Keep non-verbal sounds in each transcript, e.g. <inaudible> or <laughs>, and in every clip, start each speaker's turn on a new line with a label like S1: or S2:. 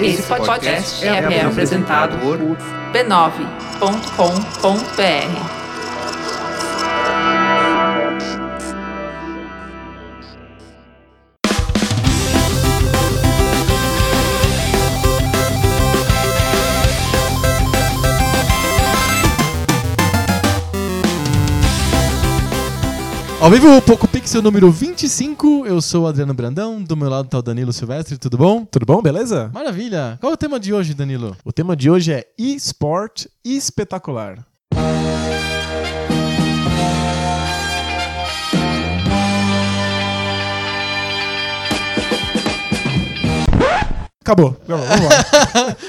S1: Esse podcast é, apresentado por b9.com.br.
S2: Ao vivo, Poco Pixel número 25, eu sou o Adriano Brandão, do meu lado tá o Danilo Silvestre, tudo bom?
S3: Tudo bom, beleza?
S2: Maravilha! Qual é o tema de hoje, Danilo?
S3: O tema de hoje é e-sport espetacular. Acabou. Não, Vamos lá.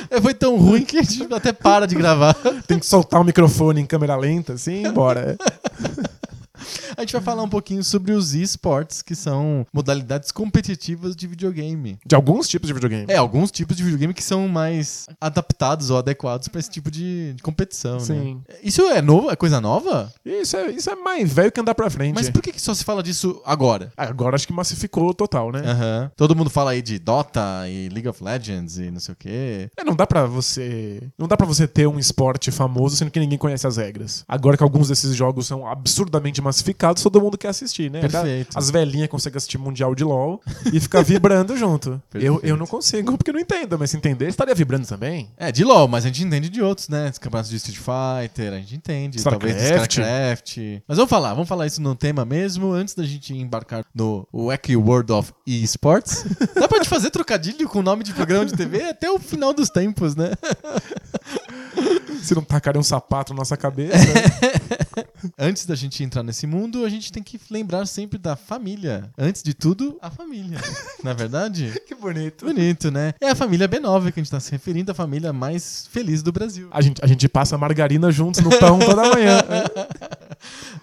S2: É, Foi tão ruim que a <laughs> gente até para de gravar.
S3: Tem que soltar o microfone em câmera lenta, assim, e bora.
S2: A gente vai falar um pouquinho sobre os esportes, que são modalidades competitivas de videogame.
S3: De alguns tipos de videogame.
S2: É, alguns tipos de videogame que são mais adaptados ou adequados pra esse tipo de de competição,
S3: Sim.
S2: né? Isso é novo? É coisa nova?
S3: Isso é, isso é mais velho que andar pra frente.
S2: Mas por que que só se fala disso agora?
S3: Agora acho que massificou total, né?
S2: Aham. Todo mundo fala aí de Dota e League of Legends e não sei o quê.
S3: É, não dá pra você, não dá para você ter um esporte famoso sendo que ninguém conhece as regras. Agora que alguns desses jogos são absurdamente massificados, todo mundo quer assistir, né?
S2: Perfeito.
S3: As velhinhas conseguem assistir mundial de LoL e ficar <laughs> vibrando junto. Eu, eu não consigo porque eu não entendo, mas se entender, estaria vibrando também.
S2: É, de LoL, mas a gente entende de outros, né? Os campeonatos de Street Fighter, a gente entende. Talvez de
S3: StarCraft.
S2: StarCraft. Mas vamos falar, vamos falar isso no tema mesmo, antes da gente embarcar no Wacky World of Esports. Dá pra gente fazer trocadilho com o nome de programa de TV até o final dos tempos, né?
S3: Se não tacarem um sapato na nossa cabeça,
S2: Antes da gente entrar nesse mundo, a gente tem que lembrar sempre da família. Antes de tudo, a família. Na verdade?
S3: <laughs> que bonito.
S2: Bonito, né? É a família B9 que a gente tá se referindo, a família mais feliz do Brasil.
S3: A gente, a gente passa margarina juntos no pão toda <laughs> manhã. né?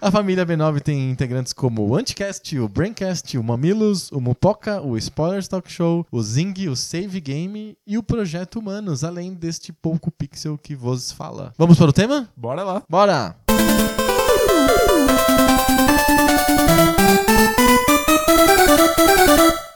S2: A família B9 tem integrantes como o Anticast, o Braincast, o Mamilos, o Mupoca, o Spoilers Talk Show, o Zing, o Save Game e o Projeto Humanos, além deste pouco pixel que vos fala. Vamos para o tema?
S3: Bora lá.
S2: Bora!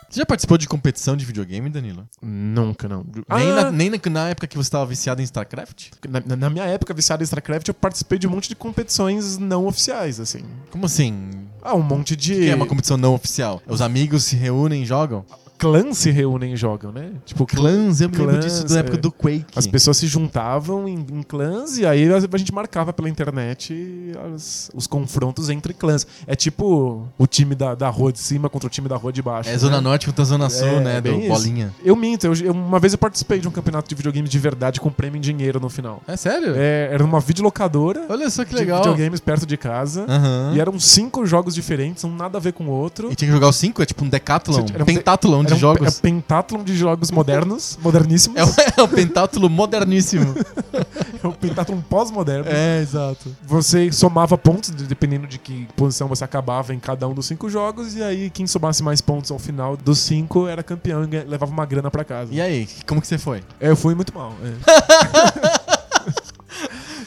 S2: Você já participou de competição de videogame, Danilo?
S3: Nunca, não.
S2: Nem,
S3: Ah,
S2: na, nem na- na época que você estava viciado em StarCraft?
S3: na, na- na minha época viciado em StarCraft, eu participei de um monte de competições não oficiais, assim.
S2: Como assim?
S3: Ah, um monte
S2: O
S3: de.
S2: que é uma competição não oficial? Os amigos se reúnem e jogam?
S3: Clãs se reúnem e jogam, né? Tipo,
S2: Clãs, eu me lembro
S3: Clãs,
S2: disso da
S3: é.
S2: época do Quake.
S3: as pessoas se juntavam em, em clãs e aí a, a gente marcava pela internet as- os confrontos entre clãs. É tipo o time da, da rua de cima contra o time da rua de baixo.
S2: É Zona
S3: né?
S2: Norte contra a Zona Sul,
S3: É,
S2: né? Do
S3: bem isso.
S2: Bolinha.
S3: Eu minto, eu- eu- uma vez eu participei de um campeonato de videogame de verdade com prêmio em dinheiro no final.
S2: É sério?
S3: É, era uma videolocadora
S2: Olha só que
S3: de
S2: legal.
S3: videogames perto de casa.
S2: Aham.
S3: E eram cinco jogos diferentes, um nada a ver com o outro.
S2: E tinha que jogar os cinco? É tipo um decathlon,
S3: Era
S2: um
S3: um
S2: pentathlon de
S3: Era um pe- um É
S2: jogos.
S3: pentátlon de jogos modernos, moderníssimos.
S2: É o, é o <laughs> pentátulo moderníssimo.
S3: <laughs> É um pentátlon pós-moderno.
S2: é, exato.
S3: Você somava pontos, de- dependendo de que posição você acabava em cada um dos cinco jogos, e aí quem somasse mais pontos ao final dos cinco era campeão e ganha- levava uma grana pra casa.
S2: E aí, como que você foi?
S3: É, Eu fui muito mal. é.
S2: <laughs>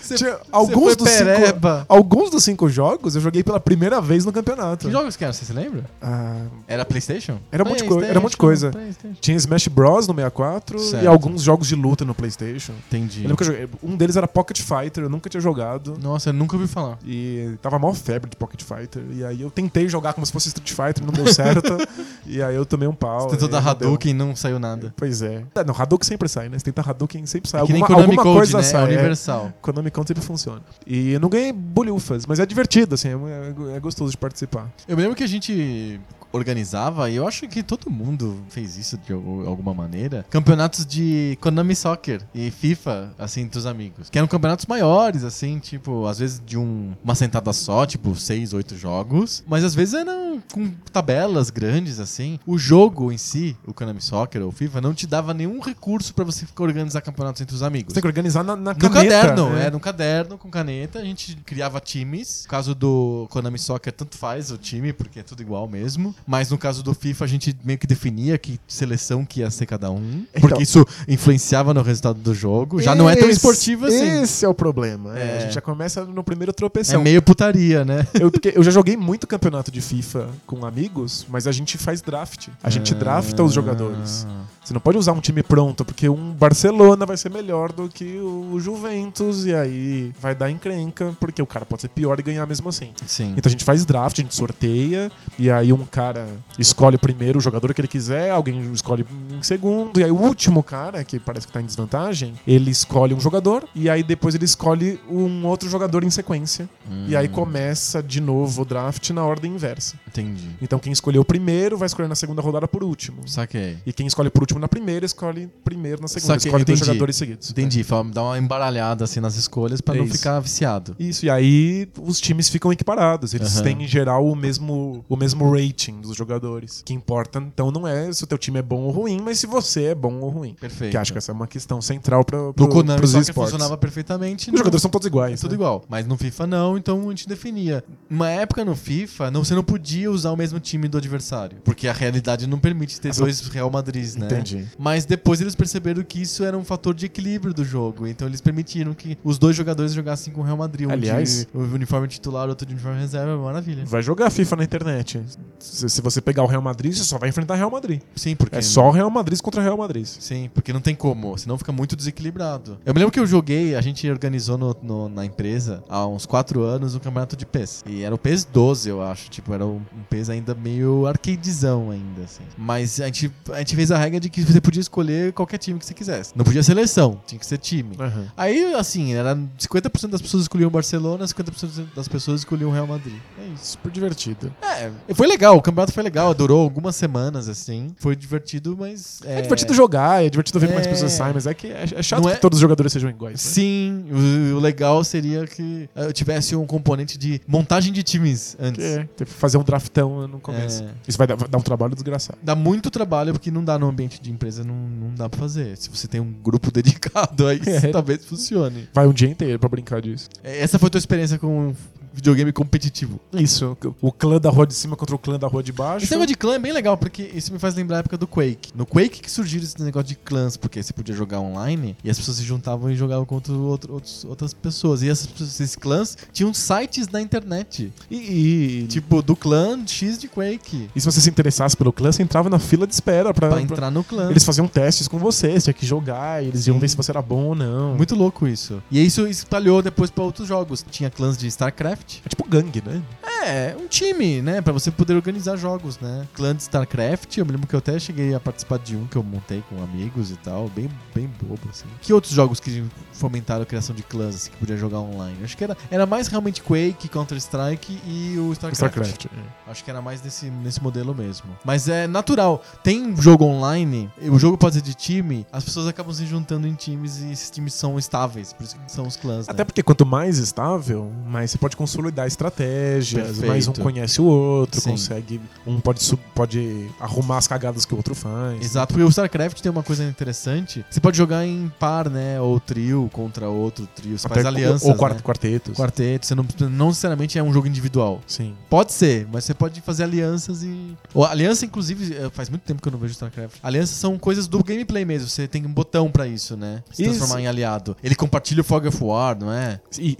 S2: Você-
S3: Tinha alguns,
S2: foi
S3: dos cinco,
S2: pereba.
S3: alguns dos cinco jogos eu joguei pela primeira vez no campeonato.
S2: Que jogos que eram? Você se lembra?
S3: Ah,
S2: Era Playstation?
S3: Era um monte de coisa- era um monte de
S2: PlayStation,
S3: coisa.
S2: PlayStation.
S3: tinha Smash Bros no 64
S2: Certo.
S3: e alguns jogos de luta no PlayStation.
S2: Entendi.
S3: Eu lembro que eu joguei- um deles era Pocket Fighter, eu nunca tinha jogado.
S2: Nossa, eu nunca ouvi falar.
S3: E tava maior febre de Pocket Fighter. E aí eu tentei jogar como se fosse Street Fighter, não
S2: <laughs>
S3: deu certo. e aí eu tomei um pau.
S2: Você tentou
S3: e
S2: dar
S3: não
S2: Hadouken e não saiu
S3: deu.
S2: nada.
S3: Pois é. É, Não, Hadouken sempre sai, né? Você tenta Hadouken sempre sai.
S2: É que nem
S3: alguma
S2: Konami
S3: alguma
S2: Code,
S3: coisa
S2: né?
S3: sai.
S2: É
S3: é.
S2: universal.
S3: Konami Count sempre funciona. E eu não ganhei bolhufas, mas é divertido, assim, é, é gostoso de participar.
S2: Eu me lembro que a gente organizava, e eu acho que todo mundo fez isso de al- alguma maneira, campeonatos de Konami Soccer e FIFA, assim, entre os amigos. Que eram campeonatos maiores, assim, tipo, às vezes de um- uma sentada só, tipo, seis, oito jogos. Mas às vezes eram com tabelas grandes, assim. O jogo em si, o Konami Soccer ou FIFA, não te dava nenhum recurso pra você ficar organizar campeonatos entre os amigos.
S3: Você tem que organizar na, na
S2: No
S3: caneta.
S2: caderno,
S3: né?
S2: é, no caderno, com caneta, a gente criava times. No caso do Konami Soccer, tanto faz o time, porque é tudo igual mesmo. Mas no caso do FIFA, a gente meio que definia que seleção que ia ser cada um.
S3: Então.
S2: Porque isso influenciava no resultado do jogo. Já não é tão
S3: Esse-
S2: esportivo assim.
S3: Esse é o problema. é.
S2: É.
S3: A gente já começa no primeiro
S2: É
S3: tropeção.
S2: meio putaria, né?
S3: Eu, porque eu já joguei muito campeonato de FIFA com amigos, mas a gente faz draft. A gente drafta os jogadores. Você não pode usar um time pronto, porque um Barcelona vai ser melhor do que o Juventus, e aí vai dar encrenca, porque o cara pode ser pior e ganhar mesmo assim.
S2: Sim.
S3: Então a gente faz draft, a gente sorteia, e aí um cara escolhe primeiro o jogador que ele quiser, alguém escolhe em segundo, e aí o último cara, que parece que tá em desvantagem, ele escolhe um jogador, e aí depois ele escolhe um outro jogador em sequência. E aí começa de novo o draft na ordem inversa.
S2: Entendi.
S3: Então quem escolheu primeiro vai escolher na segunda rodada por último.
S2: Saquei.
S3: E quem escolhe por último na primeira, escolhe primeiro na segunda.
S2: Saquei,
S3: escolhe dois
S2: entendi.
S3: jogadores seguidos.
S2: Entendi. Fala- Dá uma embaralhada assim nas escolhas pra
S3: É
S2: não
S3: isso.
S2: ficar viciado.
S3: Isso, e aí os times ficam equiparados. Eles
S2: Aham.
S3: têm, em geral, o mesmo, o mesmo rating dos jogadores. O que importa, então, não é se o teu time é bom ou ruim, mas se você é bom ou ruim.
S2: Perfeito.
S3: Que acho que essa é uma questão central para
S2: No Konami
S3: pros
S2: só que
S3: esportes.
S2: funcionava perfeitamente.
S3: Os
S2: no-
S3: jogadores são todos
S2: É
S3: iguais.
S2: tudo
S3: né?
S2: igual. Mas no FIFA não, então a gente definia. Uma época no FIFA, não, você não podia usar o mesmo time do adversário. Porque a realidade não permite ter
S3: Ah,
S2: dois Real Madrid, né?
S3: Entendi.
S2: Mas depois eles perceberam que isso era um fator de equilíbrio do jogo. Então eles permitiram que os dois jogadores jogassem com o Real Madrid. Um
S3: Aliás-
S2: de uniforme titular, outro de uniforme reserva. Maravilha.
S3: Vai jogar FIFA na internet. Se, se você pegar o Real Madrid, você só vai enfrentar Real Madrid.
S2: Sim, porque...
S3: É só o Real Madrid contra o Real Madrid.
S2: Sim, porque não tem como, senão fica muito desequilibrado. Eu me lembro que eu joguei, a gente organizou no- no- na empresa há uns 4 anos um campeonato de PES. E era o PES 12, eu acho. Tipo, era um um PES ainda meio arcadezão ainda, assim. Mas a gente, a gente fez a regra de que você podia escolher qualquer time que você quisesse. Não podia seleção, tinha que ser time.
S3: Aham.
S2: Aí, assim, era 50% das pessoas escolhiam o Barcelona, 50% das pessoas escolhiam o Real Madrid. É isso.
S3: Super divertido.
S2: É, foi legal, o campeonato foi legal, durou algumas semanas, assim. Foi divertido, mas.
S3: É, divertido jogar, é divertido ver como as
S2: É.
S3: pessoas saem, mas é que é, é chato
S2: Não é-
S3: que todos os jogadores sejam iguais. né?
S2: Sim, o, o legal seria que eh, eu tivesse um componente de montagem de times antes.
S3: É, tem que fazer um draftão no começo.
S2: É.
S3: Isso vai dar, vai dar um trabalho desgraçado.
S2: Dá muito trabalho porque não dá no ambiente de empresa, não, não dá pra fazer. Se você tem um grupo <laughs> dedicado, aí
S3: É.
S2: talvez funcione.
S3: Vai um dia inteiro pra brincar disso.
S2: Eh, Essa foi a tua experiência com um videogame competitivo.
S3: Isso. O clã da rua de cima contra o clã da rua de baixo.
S2: Esse negócio de clã é bem legal, porque isso me faz lembrar a época do Quake. No Quake que surgiu esse negócio de clãs, porque você podia jogar online e as pessoas se juntavam e jogavam contra outro- outros- outras pessoas. E essas pessoas- esses clãs tinham sites na internet.
S3: E, e-
S2: Tipo, do clã X de Quake.
S3: e se você se interessasse pelo clã, você entrava na fila de espera pra,
S2: Pra
S3: pra-
S2: entrar no clã.
S3: Eles faziam testes com você, você tinha que jogar, e eles iam
S2: Sim.
S3: ver se você era bom ou não.
S2: Muito louco isso. E isso espalhou depois pra outros jogos. Tinha clãs de StarCraft.
S3: É tipo gangue, né?
S2: É, um time, né? Pra você poder organizar jogos, né? Clã de StarCraft, eu me lembro que eu até cheguei a participar de um que eu montei com amigos e tal. Bem, bem bobo, assim. Que outros jogos que fomentaram a criação de clãs, assim, que podia jogar online? Acho que era, era mais realmente Quake, Counter-Strike e o StarCraft.
S3: StarCraft. é.
S2: Acho que era mais nesse, nesse modelo mesmo. Mas é natural. Tem um jogo online, e o jogo pode ser de time, as pessoas acabam se juntando em times e esses times são estáveis. Por isso que são os clãs, né?
S3: Até porque quanto mais estável, mais você pode consolidar estratégias,
S2: Perfeito.
S3: mais um conhece o outro,
S2: Sim.
S3: consegue. Um pode, su- pode arrumar as cagadas que o outro faz.
S2: Exato, porque o StarCraft tem uma coisa interessante. Você pode jogar em par, né? Ou trio contra outro trio. Você
S3: Até
S2: faz
S3: co-
S2: alianças,
S3: Ou quarto,
S2: né?
S3: quartetos.
S2: Quarteto, você não, não necessariamente é um jogo individual.
S3: Sim.
S2: Pode ser, mas você pode fazer alianças e. Ou aliança, inclusive, eh, faz muito tempo que eu não vejo StarCraft. Alianças são coisas do gameplay mesmo. Você tem um botão pra isso, né? Se
S3: Isso.
S2: transformar em aliado. Ele compartilha o Fog of War, não é?
S3: E,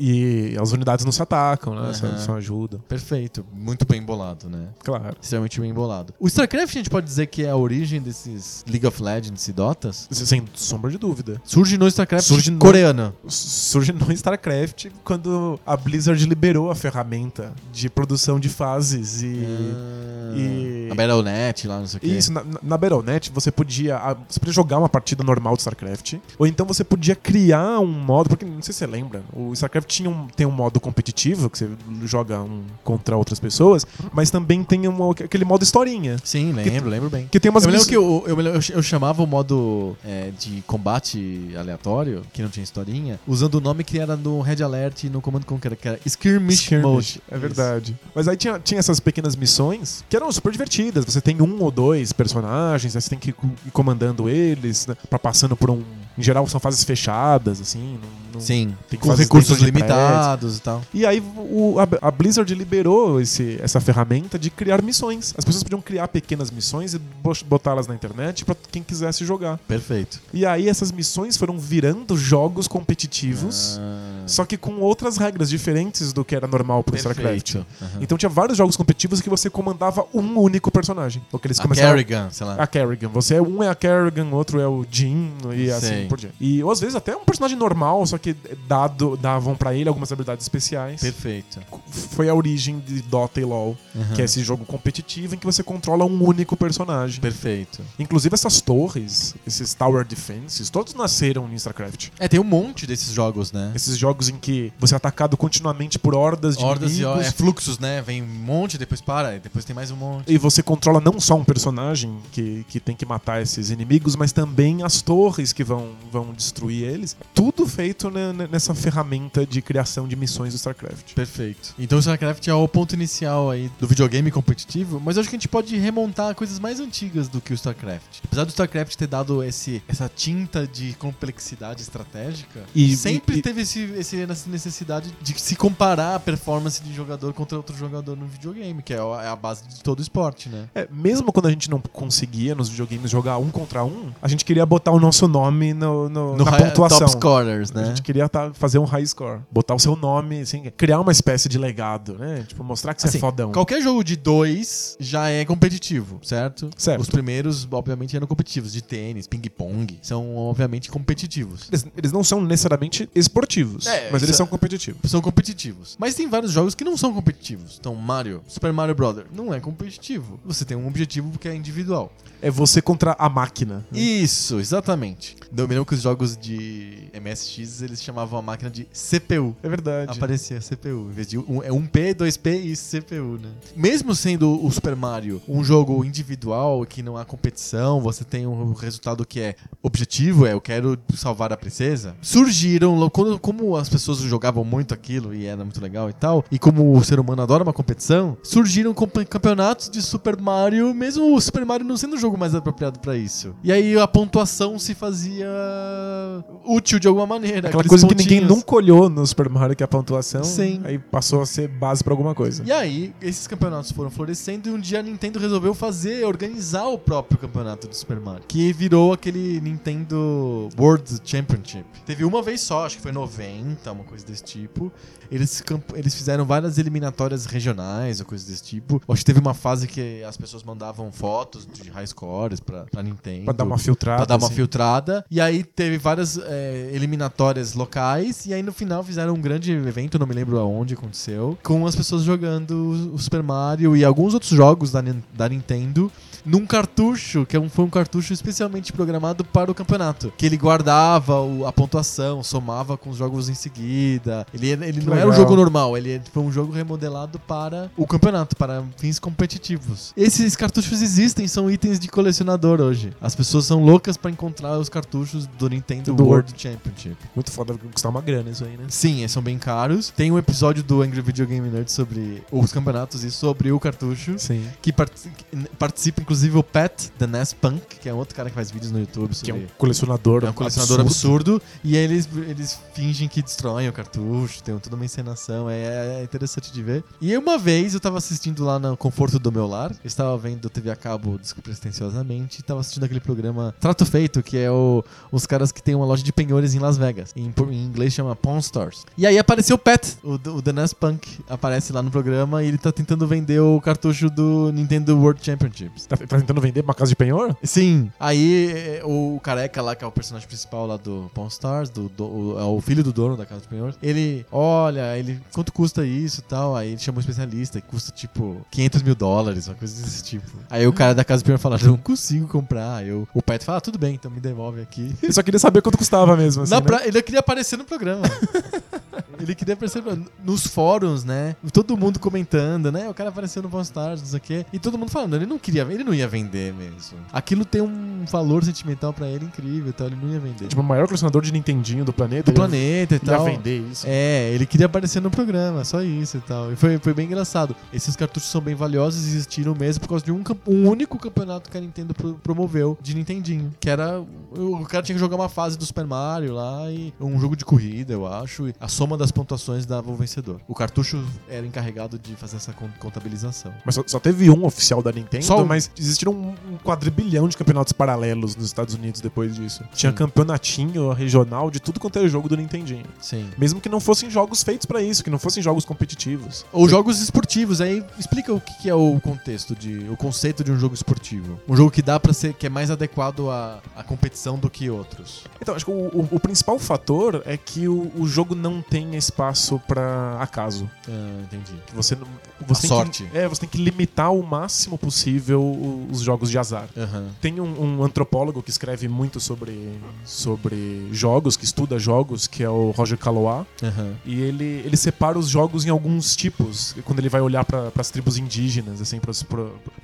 S3: e as unidades não se atacam, né? Só,
S2: Aham.
S3: só ajudam.
S2: Perfeito. Muito bem bolado, né?
S3: Claro.
S2: Extremamente bem bolado. O StarCraft a gente pode dizer que é a origem desses League of Legends e Dotas?
S3: S- Sem sombra de dúvida.
S2: Surge no StarCraft
S3: Surge no-
S2: coreano.
S3: S- Surge no <laughs> StarCraft quando a Blizzard liberou a ferramenta de produção de fases e. Ah. e-
S2: Ah. A Battle.net lá, não sei o que.
S3: e Isso, na, na na Battle.net você podia, ah, você podia jogar uma partida normal de StarCraft, ou então você podia criar um modo, porque não sei se você lembra, o StarCraft tinha um, tem um modo competitivo, que você joga um contra outras pessoas, mas também tem um- aquele modo historinha,
S2: Sim, lembro, lembro bem.
S3: que tem umas
S2: eu me lembro
S3: miss-
S2: que eu, eu, me lembro- eu chamava o modo é, de combate aleatório, que não tinha historinha, usando o nome que era no Red Alert e no Comando Conquer, que era Skirmish, Mode.
S3: É verdade. Mas aí tinha, tinha essas pequenas missões que eram super divertidas. Você tem um ou dois personagens, aí você tem que ir co- ir comandando eles, né, pra passando por um Em geral são fases fechadas, assim. não- não-
S2: Sim.
S3: Tem
S2: com
S3: fases
S2: recursos
S3: dentro de
S2: limitados e tal.
S3: E aí o- a, a Blizzard liberou esse- essa ferramenta de criar missões. As pessoas podiam criar pequenas missões e bo- botá-las na internet pra quem quisesse jogar.
S2: Perfeito.
S3: E aí essas missões foram virando jogos competitivos,
S2: Ah,
S3: só que com outras regras diferentes do que era normal pro StarCraft.
S2: perfeito. Aham.
S3: Então tinha vários jogos competitivos que você comandava um único personagem. Ou que eles
S2: A
S3: começaram
S2: Kerrigan, sei lá.
S3: a Kerrigan. Você é um é a Kerrigan, outro é o Jim e assim
S2: Sei.
S3: por diante. E ou, às vezes até um personagem normal, só que dado, davam pra ele algumas habilidades especiais.
S2: Perfeito.
S3: Foi a origem de Dota e LoL, que é esse jogo competitivo em que você controla um único personagem.
S2: Perfeito.
S3: Inclusive essas torres, esses tower defenses, todos nasceram em StarCraft.
S2: É, tem um monte desses jogos, né?
S3: Esses jogos em que você é atacado continuamente por hordas de
S2: Hordas e ho-
S3: inimigos.
S2: é, fluxos, né? Vem um monte, depois para, e depois tem mais um monte.
S3: E você controla não só um personagem que, que tem que matar esses inimigos, mas também as torres que vão, vão destruir eles. Tudo feito ne- ne- nessa ferramenta de criação de missões do StarCraft.
S2: Perfeito. Então o StarCraft é o ponto inicial aí do videogame competitivo, mas eu acho que a gente pode remontar a coisas mais antigas do que o StarCraft. Apesar do StarCraft ter dado esse, essa tinta de complexidade estratégica,
S3: E-
S2: sempre
S3: e-
S2: teve esse, esse- essa necessidade de se comparar a performance de um jogador contra outro jogador no videogame, que é a é a base de todo esporte, né?
S3: É, mesmo quando a gente não conseguia nos videogames jogar um contra um, a gente queria botar o nosso nome no, no- na
S2: high-
S3: pontuação.
S2: Top scorers,
S3: A
S2: né?
S3: gente queria tá- fazer um high score. Botar o seu nome, assim, criar uma espécie de legado, né? Tipo, mostrar que você
S2: Assim,
S3: é fodão.
S2: Qualquer jogo de dois já é competitivo, certo?
S3: Certo.
S2: Os primeiros, obviamente, eram competitivos. De tênis, ping-pong, são, obviamente, competitivos.
S3: Eles, eles não são necessariamente esportivos,
S2: É,
S3: mas
S2: isso
S3: eles
S2: é-
S3: são competitivos.
S2: São competitivos. Mas tem vários jogos que não são competitivos. Então, Mario, Super Mario Brother, não é competitivo. Você tem um objetivo que é individual.
S3: É você contra a máquina. né?
S2: Isso, exatamente. Eu me lembro que os jogos de MSX, eles chamavam a máquina de CPU.
S3: É verdade.
S2: Aparecia CPU, em vez de um, é 1P, 2P e CPU, né? Mesmo sendo o Super Mario um jogo individual, que não há competição, você tem um resultado que é objetivo, é eu quero salvar a princesa. Surgiram, lo- quando, como as pessoas jogavam muito aquilo e era muito legal e tal, e como o ser humano adora uma competição, surgiram comp- campeonatos de Super Mario, mesmo o Super Mario não sendo o jogo mais apropriado pra isso. E aí a pontuação se fazia útil de alguma maneira.
S3: Aquela
S2: aqueles
S3: coisa é que ninguém
S2: pontinhos.
S3: nunca olhou no Super Mario, que é a pontuação,
S2: Sim.
S3: aí passou a ser base pra alguma coisa.
S2: E aí, esses campeonatos foram florescendo e um dia a Nintendo resolveu fazer, organizar o próprio campeonato do Super Mario, que virou aquele Nintendo World Championship. Teve uma vez só, acho que foi 90, uma coisa desse tipo. Eles, camp- eles fizeram várias eliminatórias regionais ou coisas desse tipo. Acho que teve uma fase que as pessoas mandavam fotos de high scores pra, pra Nintendo.
S3: Pra dar uma filtrada.
S2: Pra dar uma
S3: assim.
S2: filtrada. E aí teve várias é, eliminatórias locais. E aí no final fizeram um grande evento, não me lembro aonde aconteceu, com as pessoas jogando o Super Mario e alguns outros jogos da, Nin- da Nintendo num cartucho, que é um- foi um cartucho especialmente programado para o campeonato. Que ele guardava o- a pontuação, somava com os jogos em seguida. Ele, ele
S3: Que
S2: não era um
S3: legal.
S2: jogo normal, ele foi um jogo remodelado para o campeonato, para fins competitivos. Esses cartuchos existem, são itens de colecionador hoje. As pessoas são loucas para encontrar os cartuchos do Nintendo
S3: Do
S2: World Championship.
S3: Muito foda custar uma grana isso aí, né?
S2: Sim, eles são bem caros. Tem um episódio do Angry Video Game Nerd sobre os campeonatos e sobre o cartucho
S3: Sim.
S2: que parti- que n- participa inclusive o Pat da NES Punk, que é outro cara que faz vídeos no YouTube sobre
S3: Que é um colecionador.
S2: é um colecionador absurdo. e aí eles, eles fingem que destroem o cartucho, tem um, toda uma encenação, é, é interessante de ver. E uma vez eu tava assistindo lá no conforto do meu lar, eu estava vendo TV a cabo despretensiosamente, e tava assistindo aquele programa Trato Feito, que é o, os caras que tem uma loja de penhores em Las Vegas. Em, por- em inglês chama Pawn Stars. E aí apareceu o Pat, o, do- o The Nas Punk, aparece lá no programa e ele tá tentando vender o cartucho do Nintendo World Championships.
S3: Tá, tá tentando vender pra uma casa
S2: <laughs>
S3: de penhor?
S2: Sim. Aí é, o careca lá, que é o personagem principal lá do Pawn Stars, do, do- o, é o filho do dono da casa de penhor, ele olha, ele quanto custa isso e tal. Aí ele chama um especialista e custa tipo 500 mil dólares, uma coisa desse tipo. Aí o cara da casa de penhor fala: não consigo comprar. Aí o, o Pat fala: ah, tudo bem, então me devolve aqui.
S3: Ele só queria saber quanto custava mesmo, assim,
S2: Na
S3: né? <laughs>
S2: pra- Ele queria aparecer no programa. Ele queria perceber nos fóruns, né? Todo mundo comentando, né? O cara apareceu no Pawn Stars, não sei o quê. E todo mundo falando, ele não queria, ele não ia vender mesmo. Aquilo tem um valor sentimental pra ele incrível, então ele não ia vender.
S3: Tipo, o maior colecionador de Nintendinho do planeta.
S2: do planeta e
S3: Ia
S2: tal.
S3: vender isso.
S2: É, ele queria aparecer no programa, só isso e tal. E foi, foi bem engraçado. Esses cartuchos são bem valiosos e existiram mesmo por causa de um, camp- um único campeonato que a Nintendo pro- promoveu de Nintendinho. Que era. O o cara tinha que jogar uma fase do Super Mario lá e um jogo de corrida, eu acho. E a soma das pontuações dava o vencedor. O cartucho era encarregado de fazer essa con- contabilização.
S3: Mas só, só teve um oficial da Nintendo,
S2: Só um.
S3: mas existiram um, um quadrilhão de campeonatos paralelos nos Estados Unidos depois disso. Tinha
S2: Sim.
S3: campeonatinho regional de tudo quanto era jogo do Nintendinho.
S2: Sim.
S3: Mesmo que não fossem jogos feitos pra isso, que não fossem jogos competitivos.
S2: Ou jogos esportivos, aí explica o que que é o contexto de. o conceito de um jogo esportivo. Um jogo que dá para ser. que é mais adequado à, à competição do que outros.
S3: Então, acho que o, o- o principal fator é que o, o jogo não tem espaço pra acaso.
S2: Ah, entendi.
S3: Que você não. Você tem
S2: sorte.
S3: Que, é, você tem que limitar o máximo possível o- os jogos de azar.
S2: Aham.
S3: Tem um, um antropólogo que escreve muito sobre, sobre jogos, que estuda jogos, que é o Roger Calois.
S2: Aham.
S3: E ele, ele separa os jogos em alguns tipos. E Quando ele vai olhar para as tribos indígenas, assim, para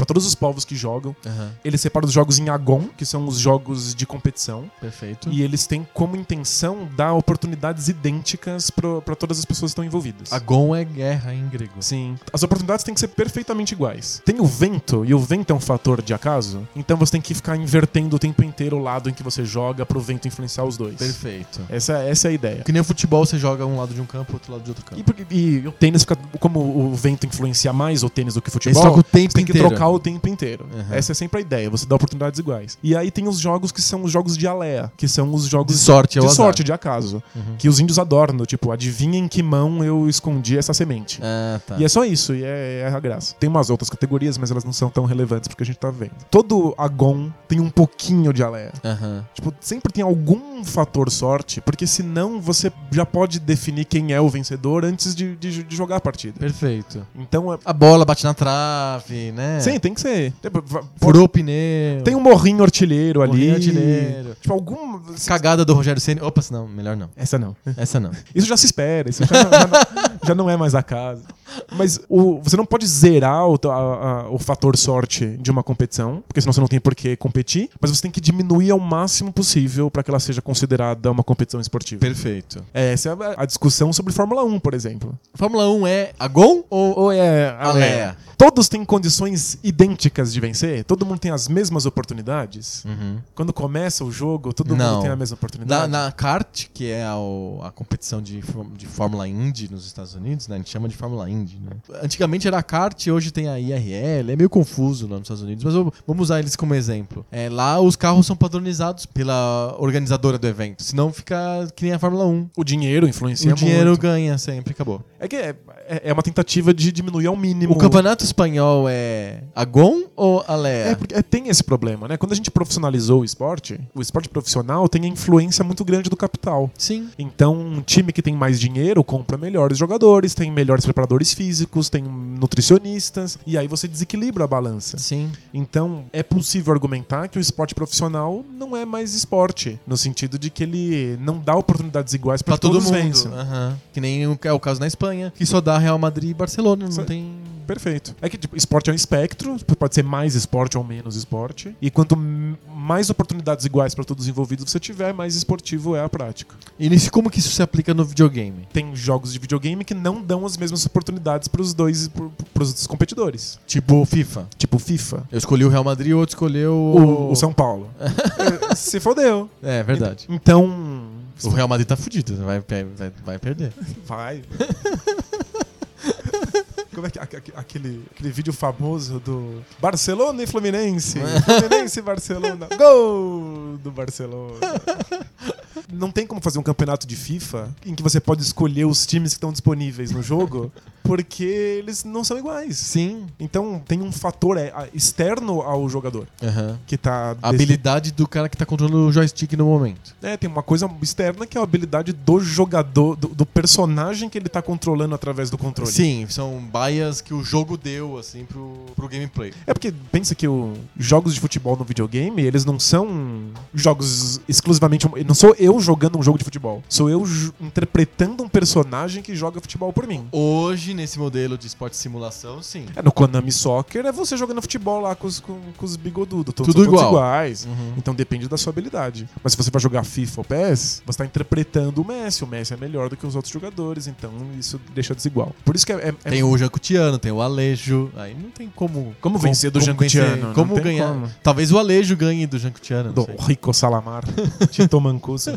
S3: todos os povos que jogam.
S2: Aham.
S3: Ele separa os jogos em Agon, que são os jogos de competição.
S2: Perfeito.
S3: E eles têm como intenção dar oportunidades idênticas para todas as pessoas que estão envolvidas.
S2: Agon é guerra em grego.
S3: Sim. As oportunidades têm que ser perfeitamente iguais. Tem o vento, e o vento é um fator de acaso, então você tem que ficar invertendo o tempo inteiro o lado em que você joga pro vento influenciar os dois.
S2: Perfeito.
S3: Essa, essa é a ideia.
S2: Que nem o futebol, você joga um lado de um campo, outro lado de outro campo.
S3: E, porque- e o tênis fica. Como o vento influencia mais o tênis do que o futebol,
S2: Eles trocam o tempo
S3: você tem que
S2: inteiro.
S3: trocar o tempo inteiro.
S2: Uhum.
S3: Essa é sempre a ideia, você dá oportunidades iguais. E aí tem os jogos que são os jogos de alea, que são os
S2: de
S3: jogos
S2: sorte, é o
S3: de
S2: azar.
S3: sorte, de acaso.
S2: Uhum.
S3: Que os índios adoram, tipo, adivinha em que mão eu escondi essa semente.
S2: Ah, tá.
S3: E é só isso, e é, é a graça. Tem umas outras categorias, mas elas não são tão relevantes porque a gente tá vendo. Todo Agon tem um pouquinho de Alea.
S2: Aham.
S3: Tipo, sempre tem algum fator sorte, porque senão você já pode definir quem é o vencedor antes de, de- de jogar a partida.
S2: Perfeito.
S3: Então é.
S2: A bola bate na trave, né?
S3: Sim, tem que ser. Tipo, va-
S2: Furou o pneu.
S3: Tem um morrinho artilheiro ali.
S2: Morrinho artilheiro.
S3: Tipo, algum.
S2: Cagada do Rogério Ceni. Opa, não, melhor não.
S3: Essa não.
S2: Essa não.
S3: Isso já se espera, isso já, já não, <laughs> já não é mais a casa. Mas o- você não pode zerar o, a- a- o fator sorte de uma competição, porque senão você não tem por que competir, mas você tem que diminuir ao máximo possível para que ela seja considerada uma competição esportiva.
S2: Perfeito.
S3: É, Essa é a- a discussão sobre Fórmula 1, por exemplo.
S2: Fórmula 1 é Agon?
S3: Ou, ou é a
S2: Alea.
S3: Lea. Todos têm condições idênticas de vencer? Todo mundo tem as mesmas oportunidades?
S2: Uhum.
S3: Quando começa o jogo, todo
S2: Não.
S3: mundo tem a mesma
S2: Na,
S3: oportunidade?
S2: na kart, que é a, o- a competição de, fór- de Fórmula Indy nos Estados Unidos, né? A gente chama de Fórmula Indy, né? Antigamente era kart, hoje tem a IRL. É meio confuso lá nos Estados Unidos, mas vamos- vamos usar eles como exemplo. É, lá os carros são padronizados pela organizadora do evento, senão fica que nem a Fórmula 1.
S3: O dinheiro influencia
S2: o dinheiro
S3: é muito.
S2: ganha sempre, acabou.
S3: É que é, é- é uma tentativa de diminuir ao mínimo.
S2: O campeonato espanhol é Agon ou Alea?
S3: É, porque é, tem esse problema, né? Quando a gente profissionalizou o esporte, o esporte profissional tem a influência muito grande do capital.
S2: Sim.
S3: Então, um time que tem mais dinheiro compra melhores jogadores, tem melhores preparadores físicos, tem nutricionistas, e aí você desequilibra a balança.
S2: Sim.
S3: Então, é possível argumentar que o esporte profissional não é mais esporte, no sentido de que ele não dá oportunidades iguais para
S2: Pra todo
S3: todos
S2: mundo.
S3: vençam.
S2: Aham. Que nem o, é o caso na Espanha, que só dá Real Madrid e Barcelona, não
S3: Só-
S2: tem
S3: Perfeito. É que tipo, esporte é um espectro, pode ser mais esporte ou menos esporte. E quanto m- mais oportunidades iguais para todos os envolvidos você tiver, mais esportivo é a prática.
S2: E nisso, como que isso se aplica no videogame?
S3: Tem jogos de videogame que não dão as mesmas oportunidades para os dois para os competidores,
S2: Tipo FIFA.
S3: tipo FIFA,
S2: Eu escolhi o Real Madrid, o outro escolheu
S3: o,
S2: o...
S3: o São
S2: <laughs>
S3: Paulo. É, Se fodeu.
S2: É, verdade.
S3: Então,
S2: O Real Madrid tá fudido, vai, vai, vai perder. <laughs>
S3: vai. Como é que aque- aque- aquele, aquele vídeo famoso do Barcelona e Fluminense? Fluminense
S2: <laughs>
S3: e Barcelona. Gol do Barcelona. Não tem como fazer um campeonato de FIFA em que você pode escolher os times que estão disponíveis no jogo, porque eles não são iguais.
S2: Sim.
S3: Então tem um fator é, a- externo ao jogador que tá
S2: A habilidade do cara que tá controlando o joystick no momento.
S3: é, tem uma coisa externa que é a habilidade do jogador, do, do personagem que ele tá controlando através do controle.
S2: Sim, são baias que o jogo deu, assim, pro, pro gameplay.
S3: É porque pensa que os jogos de futebol no videogame, eles não são jogos exclusivamente. Não sou eu eu jogando um jogo de futebol. Sou eu ju- interpretando um personagem que joga futebol por mim.
S2: Hoje, nesse modelo de esporte de simulação, sim.
S3: É, no Konami Soccer é você jogando futebol lá com os, com, com os bigodudos. Todos,
S2: Tudo
S3: são todos
S2: igual. Uhum.
S3: iguais. Então depende da sua habilidade. Mas se você vai jogar FIFA ou PES, você tá interpretando o Messi. O Messi é melhor do que os outros jogadores, então isso deixa desigual. Por isso que é. é- é-
S2: Tem o Jancutiano, tem o Alejo. Aí não tem como.
S3: Como vencer do
S2: vencer-
S3: Jancutiano? Não
S2: Como
S3: tem
S2: ganhar.
S3: como.
S2: Talvez o Alejo ganhe do Jancutiano.
S3: Do
S2: não sei. <laughs>
S3: Rico Salamar, Tito Mancuso.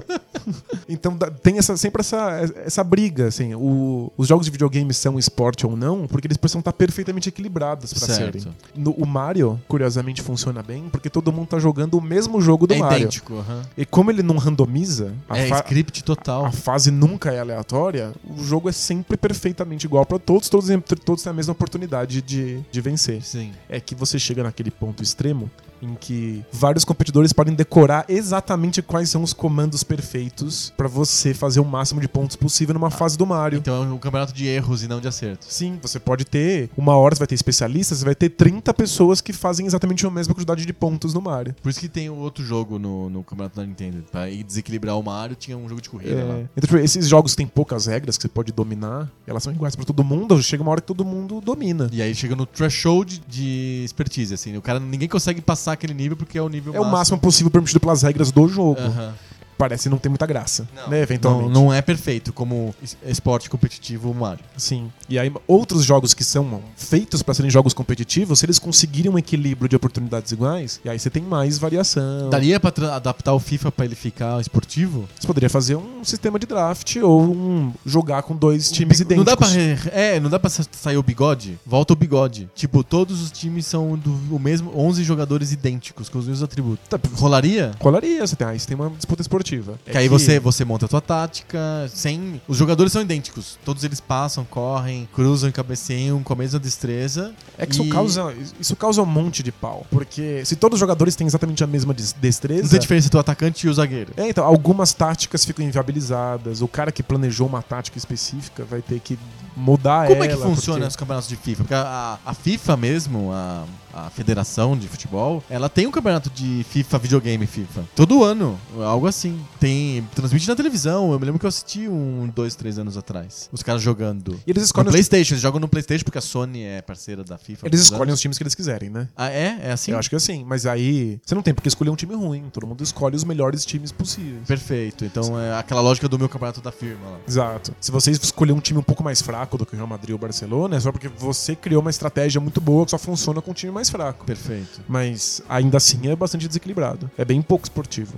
S3: então dá- tem essa, sempre essa, essa briga, assim. o- os jogos de videogame são esporte ou não, porque eles precisam estar perfeitamente equilibrados pra
S2: Certo.
S3: serem. No- o Mario, curiosamente, funciona bem, porque todo mundo tá jogando o mesmo jogo do
S2: É
S3: Mario.
S2: idêntico. aham.
S3: E como ele não randomiza, a,
S2: É
S3: fa-
S2: script total.
S3: a fase nunca é aleatória, o jogo é sempre perfeitamente igual pra todos, todos, todos têm a mesma oportunidade de, de vencer.
S2: Sim.
S3: É que você chega naquele ponto extremo em que vários competidores podem decorar exatamente quais são os comandos perfeitos pra você fazer o máximo de pontos possível numa fase do Mario.
S2: Então é um campeonato de erros e não de acertos.
S3: Sim, você pode ter. Uma hora você vai ter especialistas, você vai ter 30 pessoas que fazem exatamente a mesma quantidade de pontos no Mario.
S2: Por isso que tem o outro jogo no, no campeonato da Nintendo. Pra ir desequilibrar o Mario, tinha um jogo de corrida
S3: É.
S2: lá.
S3: Então, tipo, esses jogos que tem poucas regras que você pode dominar, elas são iguais pra todo mundo, chega uma hora que todo mundo domina.
S2: E aí chega no threshold de expertise, assim. O cara, ninguém consegue passar aquele nível porque é o nível
S3: É o máximo possível permitido pelas regras do jogo.
S2: Aham.
S3: Parece não ter muita graça,
S2: Não. Então
S3: né? Eventualmente.
S2: não é perfeito como es- esporte competitivo Mario.
S3: Sim. E aí outros jogos que são feitos pra serem jogos competitivos, se eles conseguirem um equilíbrio de oportunidades iguais, e aí você tem mais variação.
S2: Daria pra tra- adaptar o FIFA pra ele ficar esportivo?
S3: Você poderia fazer um sistema de draft ou um jogar com dois times
S2: Não
S3: idênticos.
S2: dá pra. re- É, não dá pra sa- sair o bigode? Volta o bigode. Tipo, todos os times são do o mesmo 11 jogadores idênticos, com os mesmos atributos.
S3: Tá,
S2: Rolaria?
S3: Colaria, você tem, aí você tem uma disputa esportiva.
S2: É que aí você, você monta a tua tática, sem. Os jogadores são idênticos. Todos eles passam, correm, cruzam e cabeceiam com a mesma destreza.
S3: É que isso,
S2: E-
S3: causa, isso causa um monte de pau. Porque se todos os jogadores têm exatamente a mesma des-
S2: Não tem
S3: destreza.
S2: diferença entre o atacante e o zagueiro.
S3: É, então, algumas táticas ficam inviabilizadas. O cara que planejou uma tática específica vai ter que mudar
S2: Como
S3: ela.
S2: é que funciona
S3: porque-
S2: os campeonatos de FIFA? Porque a, a FIFA mesmo, a, a Federação de Futebol, ela tem um campeonato de FIFA, videogame FIFA. Todo ano, algo assim. Tem. Transmite na televisão. Eu me lembro que eu assisti um, dois, três anos atrás. Os caras jogando.
S3: E eles
S2: No
S3: escolhem, os,
S2: Playstation, eles jogam no Playstation porque a Sony é parceira da FIFA. há muitos
S3: eles escolhem
S2: anos.
S3: os times que eles quiserem, né?
S2: Ah, é? É assim?
S3: Eu acho que assim. Mas aí você não tem porque escolher um time ruim. Todo mundo escolhe os melhores times possíveis.
S2: Perfeito. Então é aquela lógica do meu campeonato da firma lá.
S3: Exato. Se você escolher um time um pouco mais fraco do que o Real Madrid ou o Barcelona, é só porque você criou uma estratégia muito boa que só funciona com um time mais fraco.
S2: Perfeito.
S3: Mas ainda assim é bastante desequilibrado. É bem pouco esportivo.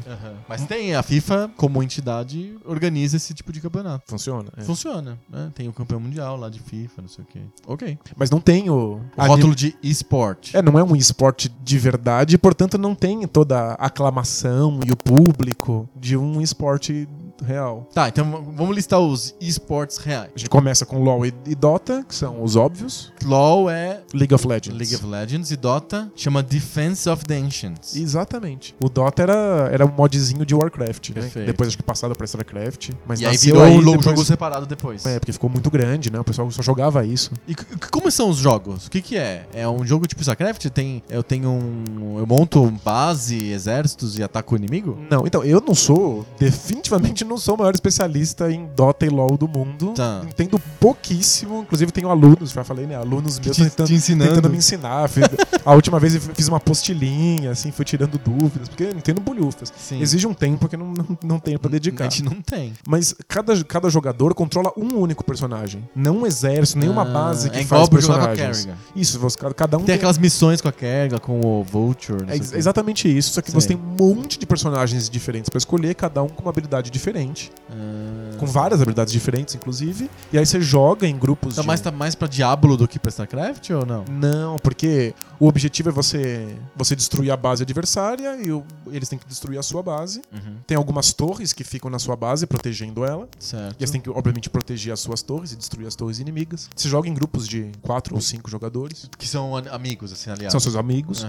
S2: Mas tem, a FIFA, como entidade, organiza esse tipo de campeonato.
S3: Funciona. é.
S2: Funciona, né? Tem o campeão mundial lá de FIFA, não sei o quê. Ok.
S3: Mas não tem o.
S2: O rótulo de esporte.
S3: É, não é um esporte de verdade, portanto não tem toda a aclamação e o público de um esporte real.
S2: Tá, então v- vamos listar os esportes reais.
S3: A gente começa com LoL e, e Dota, que são os óbvios.
S2: LoL é
S3: League of Legends.
S2: League of Legends e Dota chama Defense of the Ancients.
S3: Exatamente. O Dota era, era um modzinho de Warcraft, né?
S2: Perfeito.
S3: Depois acho que passado pra StarCraft. Mas
S2: e aí
S3: nasceu
S2: virou um
S3: depois-
S2: jogo separado depois.
S3: É, porque ficou muito grande, né? O pessoal só jogava isso.
S2: E c- c- como são os jogos? O que, que é? É um jogo tipo StarCraft? Tem, eu tenho um. Eu monto base, exércitos e ataco o inimigo?
S3: Não, então, eu não sou, definitivamente não sou o maior especialista em Dota e LoL do mundo.
S2: Tá.
S3: Entendo pouquíssimo, inclusive tenho alunos, já falei, né? Alunos meus tentando, tentando me ensinar. Fiz- <laughs> a última vez eu fiz uma apostilinha, assim, fui tirando dúvidas, porque eu entendo bolhufas.
S2: Sim.
S3: Exige um tempo que eu não, não, não tenho pra dedicar.
S2: A gente não tem.
S3: Mas cada, cada jogador controla um único personagem. Não um exército, nenhuma
S2: Ah,
S3: base que
S2: é igual
S3: faz
S2: jogar com a
S3: personagens.
S2: Kerrigan.
S3: Isso, você- cada um
S2: Tem aquelas missões com a Kerga, com o Vulture. não
S3: é
S2: sei
S3: ex-
S2: o quê.
S3: exatamente isso, só que
S2: Sei.
S3: você tem um monte de personagens diferentes pra escolher, cada um com uma habilidade diferente,
S2: Ah.
S3: com várias habilidades diferentes, inclusive. E aí você joga em grupos
S2: Tá
S3: de-
S2: mais, tá mais pra Diablo do que pra StarCraft ou
S3: Hum.
S2: não?
S3: Não, porque o objetivo é você você destruir a base adversária e o- eles têm que destruir a sua base.
S2: Uhum.
S3: Tem algumas torres que ficam na sua base protegendo ela. E assim,
S2: Certo.
S3: eles têm que, obviamente, proteger as suas torres e destruir as torres inimigas. Você joga em grupos de quatro ou cinco jogadores.
S2: Que são an- amigos, assim, aliás.
S3: São seus amigos.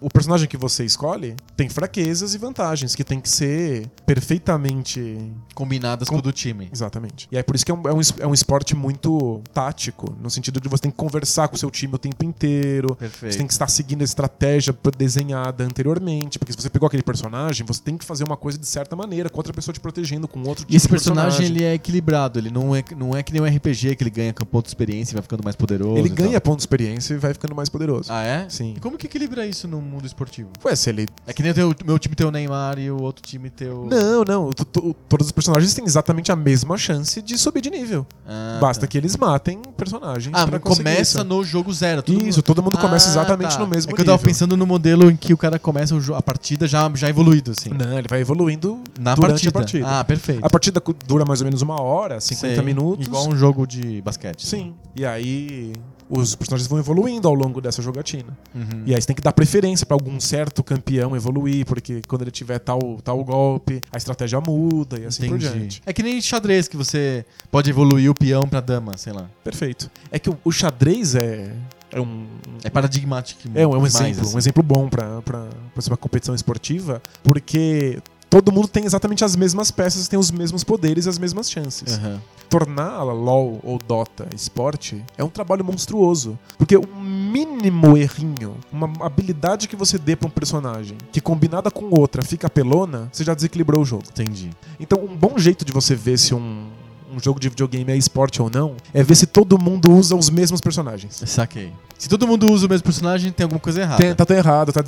S3: O personagem que você escolhe tem fraquezas e vantagens que tem que ser perfeitamente
S2: Combinadas com,
S3: Com-
S2: o do time. time.
S3: Exatamente. E é por isso que é um, é um, es- é um esporte muito tático, no sentido de você tem que conversar com o seu time o tempo inteiro.
S2: Perfeito.
S3: Você tem que estar seguindo a estratégia p- desenhada anteriormente. Porque se você pegou aquele personagem, você tem que fazer uma coisa de certa maneira, com outra pessoa te protegendo, com outro tipo
S2: E esse
S3: de personagem.
S2: personagem, ele é equilibrado, ele não é, não é que nem um RPG que ele ganha com ponto de experiência e vai ficando mais poderoso.
S3: Ele
S2: e
S3: ganha
S2: tal.
S3: ponto de experiência e vai ficando mais poderoso.
S2: Ah, é?
S3: Sim.
S2: E como que equilibra isso no mundo esportivo?
S3: Ué, se ele
S2: É que nem o teu- meu time tem o Neymar e o outro time tem o.
S3: Não, não. to- to- Todos os personagens têm exatamente a mesma chance de subir de nível.
S2: Ah,
S3: Basta
S2: tá.
S3: que eles matem personagens.
S2: Ah,
S3: pra
S2: mas
S3: conseguir
S2: começa
S3: isso.
S2: no jogo zero.
S3: Isso, todo mundo começa
S2: Ah,
S3: exatamente
S2: tá.
S3: no mesmo
S2: É que eu tava
S3: nível.
S2: pensando no modelo em que o cara começa o jo- a partida já, já evoluído, assim.
S3: Não, ele vai evoluindo
S2: Na partida.
S3: durante a partida.
S2: Ah, perfeito.
S3: A partida cu- dura mais ou menos uma hora, 50
S2: Sei.
S3: minutos.
S2: Igual um jogo de basquete. assim.
S3: Sim. E aí os personagens vão evoluindo ao longo dessa jogatina.
S2: Uhum.
S3: E aí você tem que dar preferência pra algum certo campeão evoluir, porque quando ele tiver tal, tal golpe, a estratégia muda e assim por diante.
S2: É que nem xadrez que você pode evoluir o peão pra dama, sei lá.
S3: Perfeito. É que o, o xadrez é, é um
S2: É paradigmático.
S3: É, um, é um
S2: demais,
S3: exemplo,
S2: assim.
S3: um exemplo bom pra pra- pra ser uma competição esportiva, porque todo mundo tem exatamente as mesmas peças, tem os mesmos poderes e as mesmas chances.
S2: Aham.
S3: Tornar a LoL ou Dota esporte é um trabalho monstruoso, porque o mínimo errinho, uma habilidade que você dê pra um personagem, que combinada com outra fica pelona, você já desequilibrou o jogo.
S2: Entendi.
S3: Então, um bom jeito de você ver se um um jogo de videogame é esporte ou não, é ver se todo mundo usa os mesmos personagens.
S2: Saquei. Se todo mundo usa o mesmo personagem, tem alguma coisa errada.
S3: Tem- tá, tá errado, tá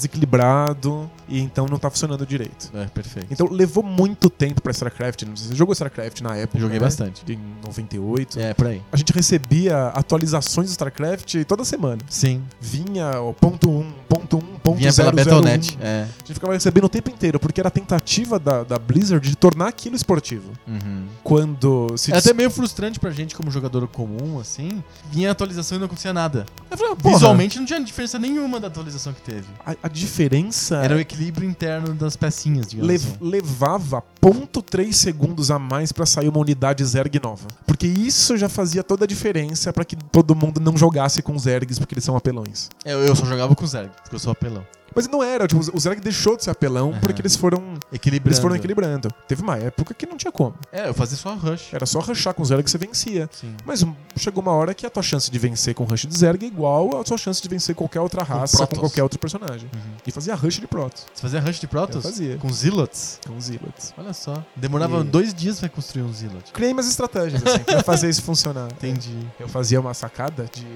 S3: desequilibrado e então não tá funcionando direito.
S2: É, perfeito.
S3: Então levou muito tempo pra StarCraft. não sei se Você jogou StarCraft na época?
S2: Joguei
S3: né?
S2: bastante.
S3: Em 98.
S2: É, por aí.
S3: A gente recebia atualizações do StarCraft toda semana.
S2: Sim.
S3: Vinha o ponto 1, ponto 1, ponto um.
S2: Vinha pela
S3: 0,
S2: Battle.net. É.
S3: A gente ficava recebendo o tempo inteiro, porque era a tentativa da, da Blizzard de tornar aquilo esportivo.
S2: Uhum.
S3: Quando se...
S2: É até meio frustrante pra gente como jogador comum, assim. Vinha a atualização e não acontecia nada.
S3: Eu falei, ah, porra,
S2: Visualmente não tinha diferença nenhuma da atualização que teve.
S3: A, a diferença...
S2: Era o equilíbrio interno das pecinhas, digamos
S3: lev-
S2: assim.
S3: levava 0.3 segundos a mais pra sair uma unidade Zerg nova. Porque isso já fazia toda a diferença pra que todo mundo não jogasse com Zergs porque eles são apelões.
S2: É, Eu, eu só jogava com Zerg, porque eu sou apelão.
S3: Mas não era, tipo, o Zerg deixou de ser apelão
S2: Aham.
S3: porque eles foram
S2: Equilibrando.
S3: eles foram equilibrando. Teve uma época que não tinha como.
S2: É, eu fazia só rush.
S3: Era só rushar com Zerg que você vencia.
S2: Sim.
S3: Mas um- chegou uma hora que a tua chance de vencer com rush de Zerg é igual à sua chance de vencer qualquer outra raça com,
S2: Protoss.
S3: qualquer outro personagem.
S2: Uhum.
S3: E fazia rush de Protoss
S2: Você fazia rush de Protoss?
S3: Eu fazia.
S2: Com Zilots?
S3: com Zealots.
S2: Olha só. Demorava
S3: E-
S2: dois dias pra construir um Zilot.
S3: Criei minhas estratégias, assim, pra fazer isso funcionar.
S2: Entendi.
S3: Eu fazia uma sacada de.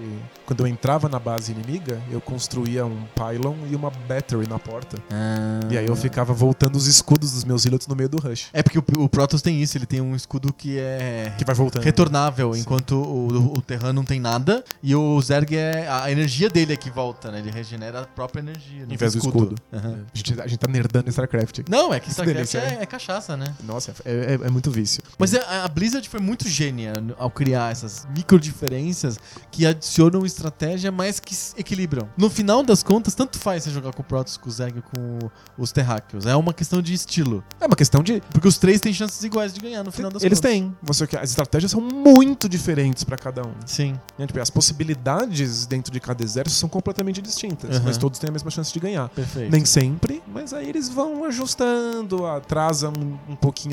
S3: Quando eu entrava na base inimiga, eu construía um pylon e uma battery na porta. E
S2: Ah.
S3: aí eu ficava voltando os escudos dos meus ilhotes no meio do rush.
S2: É porque o, o Protoss tem isso, ele tem um escudo que é
S3: Que vai voltando.
S2: retornável,
S3: Sim.
S2: enquanto o, o, o Terran não tem nada. E o Zerg é. A energia dele é que volta, né? Ele regenera a própria energia.
S3: Em vez do
S2: Aham.
S3: A gente, a gente tá nerdando em StarCraft. aqui.
S2: Não, é que StarCraft
S3: delícia,
S2: é, é cachaça, né?
S3: Nossa, é, é- é muito vício.
S2: Mas a, a Blizzard foi muito gênia no- ao criar essas micro diferenças que adicionam estratégia, mas que s- equilibram. No final das contas, tanto faz você jogar com o Protoss, com o Zerg, com o- os Terráqueos. É uma questão de estilo.
S3: É uma questão de.
S2: Porque os três têm chances iguais de ganhar no final das
S3: Eles
S2: contas.
S3: têm. Você, que- as estratégias são muito diferentes pra cada um.
S2: Sim.
S3: né? Tipo, as possibilidades dentro de cada exército são completamente distintas,
S2: Aham.
S3: mas todos têm a mesma chance de ganhar.
S2: Perfeito. <laughs>
S3: Nem sempre, mas aí eles vão ajustando, atrasa um, um pouquinho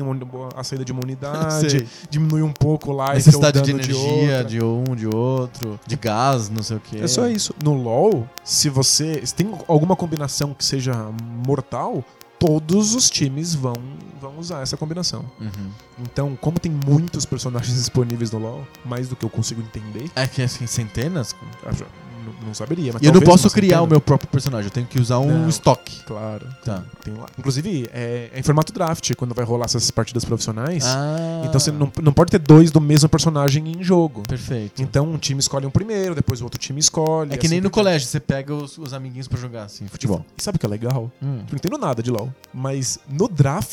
S3: a saída de
S2: <laughs>
S3: uma unidade,
S2: Sei.
S3: diminui um pouco lá esse
S2: necessidade de
S3: dano
S2: energia,
S3: outra.
S2: de, um, de outro, de gás, não sei o que.
S3: É só isso. No LoL, se você se tem alguma combinação que seja mortal, todos os times vão, vão usar essa combinação.
S2: Uhum.
S3: Então, como tem muitos personagens <laughs> disponíveis no LoL, mais do que eu consigo entender,
S2: É que assim, centenas?
S3: acho- n- não saberia. Mas
S2: E eu não
S3: talvez
S2: posso
S3: umas
S2: criar o
S3: centenas.
S2: meu próprio personagem, eu tenho que usar um
S3: Não.
S2: estoque.
S3: Claro,
S2: Tá.
S3: tem lá. Inclusive, é, é em formato draft quando vai rolar essas partidas profissionais.
S2: Ah,
S3: Então você não, não pode ter dois do mesmo personagem em jogo.
S2: Perfeito.
S3: Então um time escolhe um primeiro, depois o outro time escolhe.
S2: É que nem
S3: assim
S2: no
S3: por diante.
S2: colégio, você pega os, os amiguinhos pra jogar, assim, futebol.
S3: E sabe o que é legal?
S2: Hum.
S3: Eu não entendo nada de LoL. Mas no draft,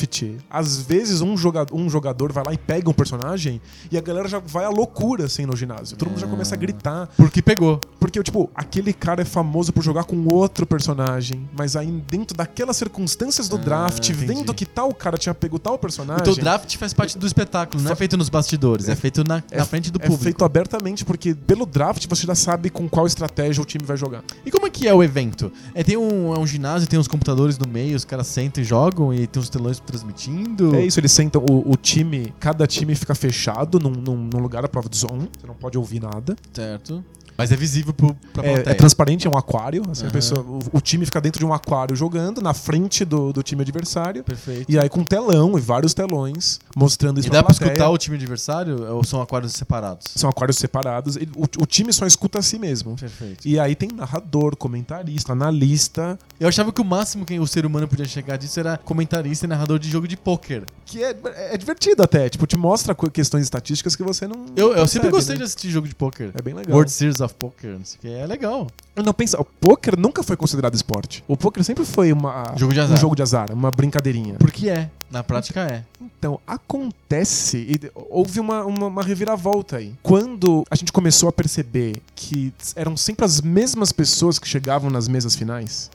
S3: às vezes um jogador, um jogador vai lá e pega um
S2: Ah.
S3: personagem e a galera já vai à loucura, assim, no ginásio. Todo mundo já começa a gritar.
S2: Porque pegou.
S3: Porque, tipo, tipo, aquele cara é famoso por jogar com outro personagem, mas aí dentro daquelas circunstâncias do
S2: Ah,
S3: draft,
S2: entendi.
S3: vendo que tal cara tinha pego tal personagem.
S2: Então o draft faz parte do espetáculo, não é feito nos bastidores, é feito na, na frente do
S3: é
S2: público.
S3: feito abertamente, porque pelo draft você já sabe com qual estratégia o time vai jogar.
S2: E como é que é o evento? É, tem um, é um ginásio, tem uns computadores no meio, os caras sentam e jogam e tem uns telões transmitindo.
S3: É isso, eles sentam, o, o time, cada time fica fechado num, num- num lugar à prova de som, você não pode ouvir nada.
S2: Certo. Mas é visível pro, pra
S3: É,
S2: plateia.
S3: é transparente, é um aquário, assim, a
S2: Aham.
S3: pessoa- o, o time fica dentro de um aquário jogando, na frente do, do time adversário.
S2: Perfeito.
S3: E aí com um telão e vários telões mostrando
S2: E,
S3: isso
S2: dá pra
S3: plateia.
S2: escutar o time adversário ou são aquários separados?
S3: São aquários separados. e O, o time só escuta a si mesmo.
S2: Perfeito.
S3: E aí tem narrador, comentarista, analista,
S2: Eu achava que o máximo que o ser humano podia chegar disso era comentarista e narrador de jogo de pôquer.
S3: que é, é divertido até. Tipo, te mostra co- questões estatísticas que você não.
S2: Eu, eu
S3: percebe,
S2: sempre gostei
S3: né?
S2: de assistir jogo de pôquer.
S3: É bem legal.
S2: World Series of Poker, não sei o que. É legal.
S3: Eu Não, pensa, o poker nunca foi considerado esporte. O poker sempre foi uma,
S2: Jogo de azar.
S3: um jogo de azar, uma brincadeirinha.
S2: Porque é. Na prática é.
S3: Então, acontece. E houve uma, uma, uma reviravolta aí. Quando a gente começou a perceber que eram sempre as mesmas pessoas que chegavam nas mesas finais.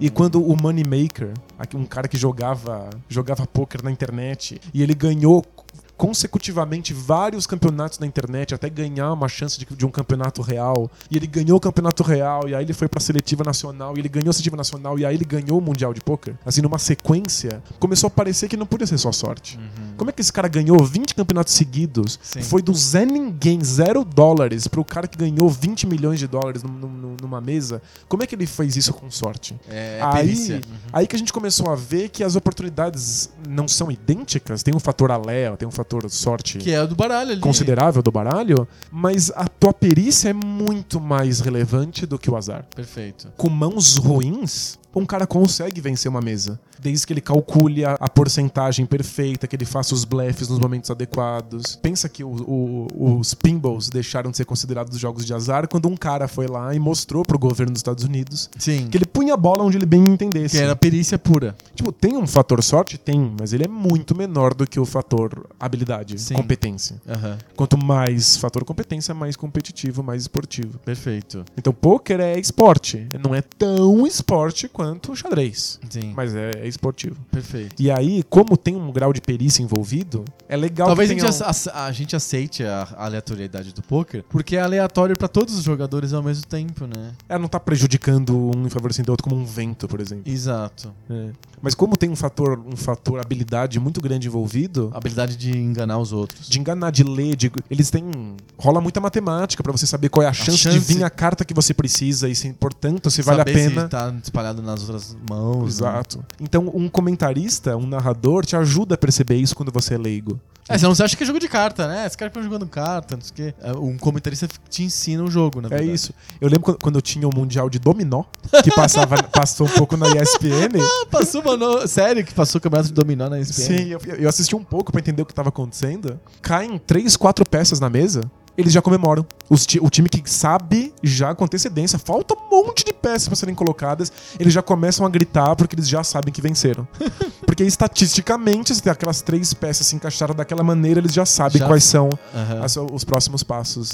S3: E quando o Moneymaker, aqui- um cara que jogava, jogava poker na internet, e ele ganhou consecutivamente vários campeonatos na internet até ganhar uma chance de, de um campeonato real. E ele ganhou o campeonato real, e aí ele foi pra seletiva nacional, e ele ganhou a seletiva nacional, e aí ele ganhou o Mundial de Poker. Assim, numa sequência, começou a parecer que não podia ser só sorte. Como é que esse cara ganhou 20 campeonatos seguidos?
S2: Sim.
S3: Foi do Zé Ninguém, zero dólares, pro cara que ganhou 20 milhões de dólares num- num- numa mesa. Como é que ele fez isso com sorte?
S2: É,
S3: aí,
S2: perícia.
S3: aí que a gente começou a ver que as oportunidades não são idênticas, tem um fator aléa, tem um fator sorte
S2: Que é o do baralho ali.
S3: considerável do baralho, mas a tua perícia é muito mais relevante do que o azar.
S2: Perfeito.
S3: Com mãos ruins, um cara consegue vencer uma mesa. Desde que ele calcule a, a porcentagem perfeita, que ele faça os blefes nos momentos adequados. Pensa que o- o- os pinballs deixaram de ser considerados jogos de azar quando um cara foi lá e mostrou pro governo dos Estados Unidos
S2: Sim.
S3: que ele punha a bola onde ele bem entendesse.
S2: Que era perícia pura.
S3: Tipo, tem um fator sorte? Tem, mas ele é muito menor do que o fator habilidade,
S2: Sim.
S3: competência.
S2: Aham.
S3: Quanto mais fator competência, mais competitivo, mais esportivo.
S2: Perfeito.
S3: Então, pôquer é esporte. Não é tão esporte quanto o xadrez,
S2: Sim.
S3: mas é, é esportivo.
S2: Perfeito.
S3: E aí, como tem um grau de perícia envolvido, é legal
S2: Talvez a
S3: que
S2: gente,
S3: tenha um-
S2: ace- a gente aceite a a aleatoriedade do poker, porque é aleatório pra todos os jogadores ao mesmo tempo, né?
S3: ela não tá prejudicando um e favorecendo o outro como um vento, por exemplo.
S2: Exato.
S3: É. Mas como tem um fator, um fator habilidade muito grande envolvido,
S2: A habilidade de enganar os outros.
S3: de enganar, de ler, de- eles têm rola muita matemática pra você saber qual é a chance, de
S2: chance-
S3: vir a carta que você precisa e se, portanto se vale
S2: Saber
S3: a pena.
S2: Se tá espalhado nas outras mãos. né?
S3: Exato. Então um comentarista, um narrador te ajuda a perceber isso quando você é leigo.
S2: Né? É, senão você acha que é jogo de carta, né? Esse cara ficam jogando carta, não sei o quê. É, Um comentarista f- te ensina o jogo, na
S3: É
S2: verdade.
S3: isso. Eu lembro quando- quando eu tinha o mundial de dominó que passava
S2: <laughs>
S3: passou um pouco na ESPN.
S2: Ah, Passou, mano. Sério que passou o campeonato de dominó na ESPN?
S3: Sim, eu, eu assisti um pouco pra entender o que tava acontecendo. Caem três, quatro peças na mesa, eles já comemoram. Os ti- o time que sabe já com antecedência, falta um monte de peças pra serem colocadas, eles já começam a gritar porque eles já sabem
S2: <laughs>
S3: que venceram. porque estatisticamente, se aquelas três peças se encaixaram daquela maneira, eles já sabem
S2: Já- É.
S3: quais são
S2: Aham.
S3: as- os próximos passos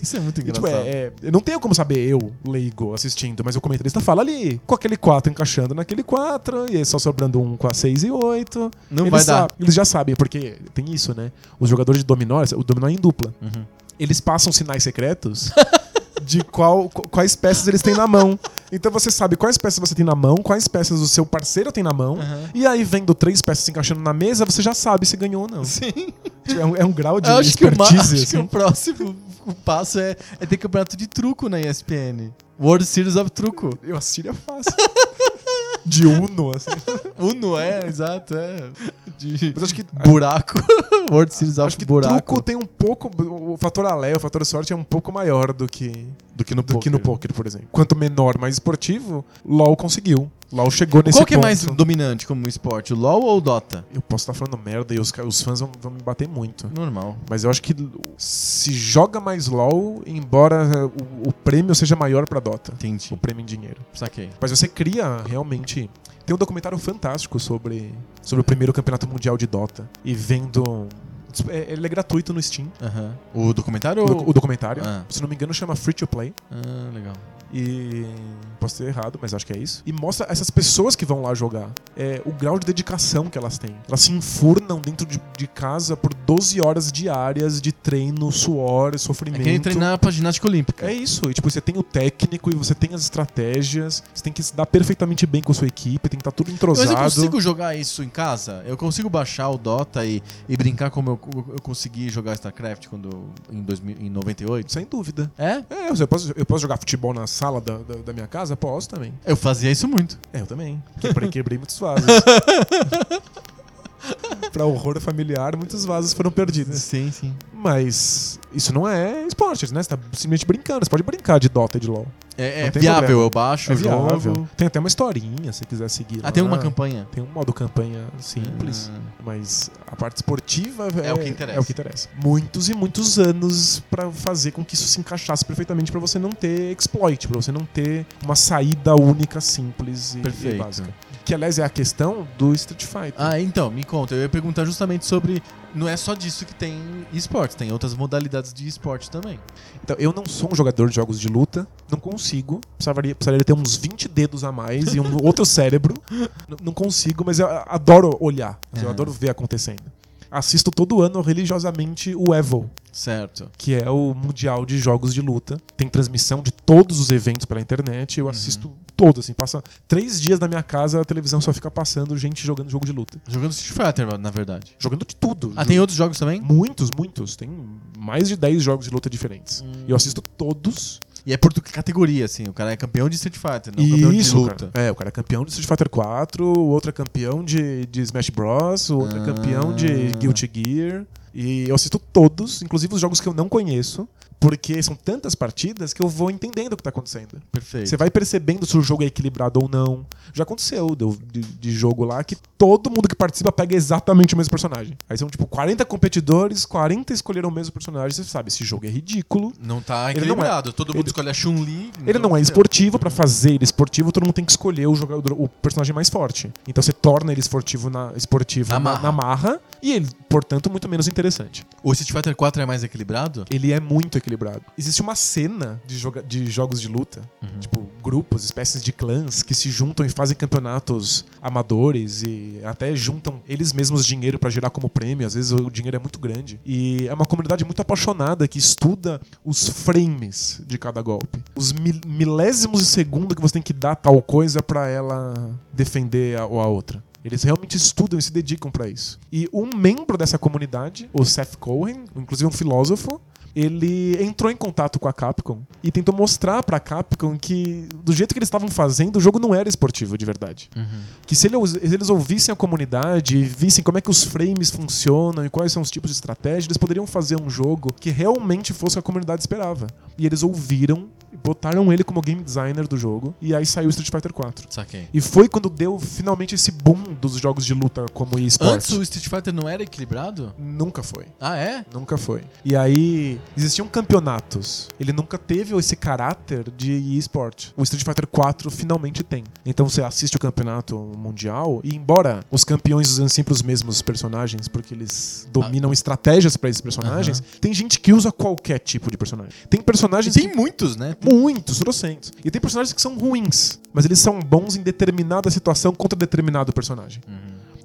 S2: <laughs> Isso é muito
S3: E, tipo,
S2: engraçado.
S3: é, é, eu não tenho como saber eu, leigo, assistindo, mas o comentarista fala ali, com aquele 4 encaixando naquele 4, e aí só sobrando um com a 6 e 8.
S2: Não
S3: eles
S2: vai
S3: sa- Eles já sabem, porque tem isso, né? Os jogadores de dominó, o dominó é em dupla.
S2: Uhum.
S3: Eles passam sinais secretos <laughs> de qual, qu- quais peças eles têm na mão. Então você sabe quais peças você tem na mão, quais peças o seu parceiro tem na mão,
S2: Uhum.
S3: e aí vendo três peças se encaixando na mesa, você já sabe se ganhou ou não.
S2: Sim.
S3: Tipo, É um, é um grau de
S2: Eu acho que, o ma-
S3: expertise.
S2: acho que
S3: assim.
S2: o próximo o passo é, é ter campeonato de truco na ESPN. World Series of Truco.
S3: Eu assistiria fácil. <laughs> De Uno, assim.
S2: Uno, é, exato, é. De
S3: Mas acho que.
S2: buraco. <laughs> World Series of
S3: Acho que
S2: Ah, Buraco.
S3: truco tem um pouco. O fator alé, o fator sorte é um pouco maior do que. Do que no, do
S2: poker.
S3: que no poker, por exemplo. Quanto menor, mais esportivo, LOL conseguiu. LOL chegou nesse
S2: Qual que é
S3: ponto.
S2: mais dominante como esporte, o LoL ou o Dota?
S3: Eu posso estar falando merda e os, ca- os fãs vão, vão me bater muito.
S2: Normal.
S3: Mas eu acho que se joga mais LOL, embora eh, o, o prêmio seja maior pra Dota.
S2: Entendi.
S3: O prêmio em dinheiro.
S2: Saquei.
S3: Mas você cria realmente. Tem um documentário fantástico sobre, sobre o primeiro campeonato mundial de Dota. E vendo é- ele é gratuito no Steam.
S2: Aham. O documentário?
S3: O, o documentário,
S2: Ah.
S3: se não me engano, chama Free to Play.
S2: Ah, legal.
S3: E. Posso ter errado, mas acho que é isso. E mostra essas pessoas que vão lá jogar. É, o grau de dedicação que elas têm. Elas se enfurnam dentro de, de casa por 12 horas diárias de treino, suor,
S2: É
S3: sofrimento.
S2: que nem treinar pra ginástica olímpica.
S3: É isso, e, tipo, você tem o técnico e você tem as estratégias, você tem que se dar perfeitamente bem com a sua equipe, tem que estar tudo entrosado.
S2: Mas eu consigo jogar isso em casa? Eu consigo baixar o Dota e, e brincar como eu, eu consegui jogar StarCraft quando, em, 2000, em 98?
S3: Sem dúvida.
S2: É?
S3: É, eu posso, eu posso jogar futebol na sala da, da- da minha casa? Posso também.
S2: Eu fazia isso muito.
S3: É, eu também. Quebrei, quebrei
S2: <laughs>
S3: muitos vasos. pra horror familiar, muitos vasos foram perdidos.
S2: Sim, sim.
S3: Mas isso não é esporte, né? Você tá simplesmente brincando. Você pode brincar de Dota e de LoL.
S2: É,
S3: Não
S2: é
S3: tem
S2: viável,
S3: problema.
S2: eu baixo,
S3: É
S2: eu jogo.
S3: viável. Tem até uma historinha, se quiser seguir
S2: Ah, tem
S3: lá.
S2: uma campanha.
S3: Tem um modo campanha simples. Mas a parte esportiva
S2: Hum. É o que interessa.
S3: é o que interessa. Muitos e muitos anos pra fazer com que isso se encaixasse perfeitamente pra você não ter exploit, pra você não ter uma saída única, simples e, e
S2: Perfeito.
S3: básica. Que aliás é a questão do Street Fighter.
S2: Ah, então, me conta. Eu ia perguntar justamente sobre. Não é só disso que tem esportes, tem outras modalidades de esporte também.
S3: Então, eu não sou um jogador de jogos de luta, não consigo. Precisaria, precisaria ter uns 20 dedos a mais
S2: <laughs>
S3: e um outro cérebro. N- não consigo, mas eu adoro olhar. Eu
S2: Aham.
S3: adoro ver acontecendo. Assisto todo ano religiosamente o Evo.
S2: Certo.
S3: que é o Mundial de Jogos de Luta. Tem transmissão de todos os eventos pela internet.
S2: Uhum.
S3: Eu assisto todos, assim. Passa três dias na minha casa, a televisão só fica passando gente jogando jogo de luta.
S2: Jogando Street Fighter, na verdade.
S3: Jogando de tudo.
S2: Ah, tem outros jogos também?
S3: Muitos, muitos. Tem mais de 10 jogos de luta diferentes.
S2: Hum.
S3: Eu assisto todos.
S2: E é por tu- categoria, assim. O cara é campeão de Street Fighter, não campeão de
S3: Isso,
S2: luta.
S3: cara. É, o cara é campeão de Street Fighter 4, o outro é campeão de, de Smash Bros, o outro
S2: Ah.
S3: é campeão de Guilty Gear. E eu assisto todos, inclusive os jogos que eu não conheço, porque são tantas partidas que eu vou entendendo o que tá acontecendo.
S2: Perfeito.
S3: Você vai percebendo se o jogo é equilibrado ou não. Já aconteceu deu- de, de jogo lá que todo mundo que participa pega exatamente o mesmo personagem. Aí são tipo 40 competidores, 40 escolheram o mesmo personagem. Você sabe, esse jogo é ridículo.
S2: Não tá
S3: Ele não é.
S2: equilibrado. Todo mundo
S3: Ele-
S2: escolhe a Chun-Li.
S3: Ele
S2: então
S3: não
S2: fudeu.
S3: é esportivo, pra fazer ele esportivo, todo mundo tem que escolher o, jogador, o personagem mais forte. Então você torna ele esportivo na, esportivo
S2: Na
S3: na,
S2: marra.
S3: na marra e ele, portanto, muito menos interessante.
S2: O Street Fighter 4 é mais equilibrado?
S3: Ele é muito equilibrado. Existe uma cena de, joga- de jogos de luta, tipo grupos, espécies de clãs que se juntam e fazem campeonatos amadores e até juntam eles mesmos dinheiro pra gerar como prêmio. Às vezes o dinheiro é muito grande. E é uma comunidade muito apaixonada que estuda os frames de cada golpe, os mil- milésimos de segundo que você tem que dar tal coisa pra ela defender a, ou a outra. Eles realmente estudam e se dedicam pra isso. E um membro dessa comunidade, o Seth Cohen, inclusive um filósofo, ele entrou em contato com a Capcom e tentou mostrar pra Capcom que, do jeito que eles estavam fazendo, o jogo não era esportivo de verdade.
S2: Uhum.
S3: Que se, ele- se eles ouvissem a comunidade e vissem como é que os frames funcionam e quais são os tipos de estratégia, eles poderiam fazer um jogo que realmente fosse o que a comunidade esperava. E eles ouviram, e botaram ele como game designer do jogo, e aí saiu Street Fighter 4.
S2: Saquei.
S3: E foi quando deu finalmente esse boom dos jogos de luta como
S2: Antes
S3: esporte.
S2: o Street Fighter não era equilibrado?
S3: Nunca foi.
S2: Ah, é?
S3: Nunca foi. E aí, existiam campeonatos. Ele nunca teve esse caráter de esporte. O Street Fighter 4 finalmente tem. Então você assiste o campeonato mundial e embora os campeões usem sempre os mesmos personagens, porque eles dominam estratégias pra esses personagens, tem gente que usa qualquer tipo de personagem. Tem
S2: E
S3: personagens
S2: tem
S3: que-
S2: muitos, né?
S3: Muitos, trocentos. E tem personagens que são ruins, mas eles são bons em determinada situação contra determinado personagem.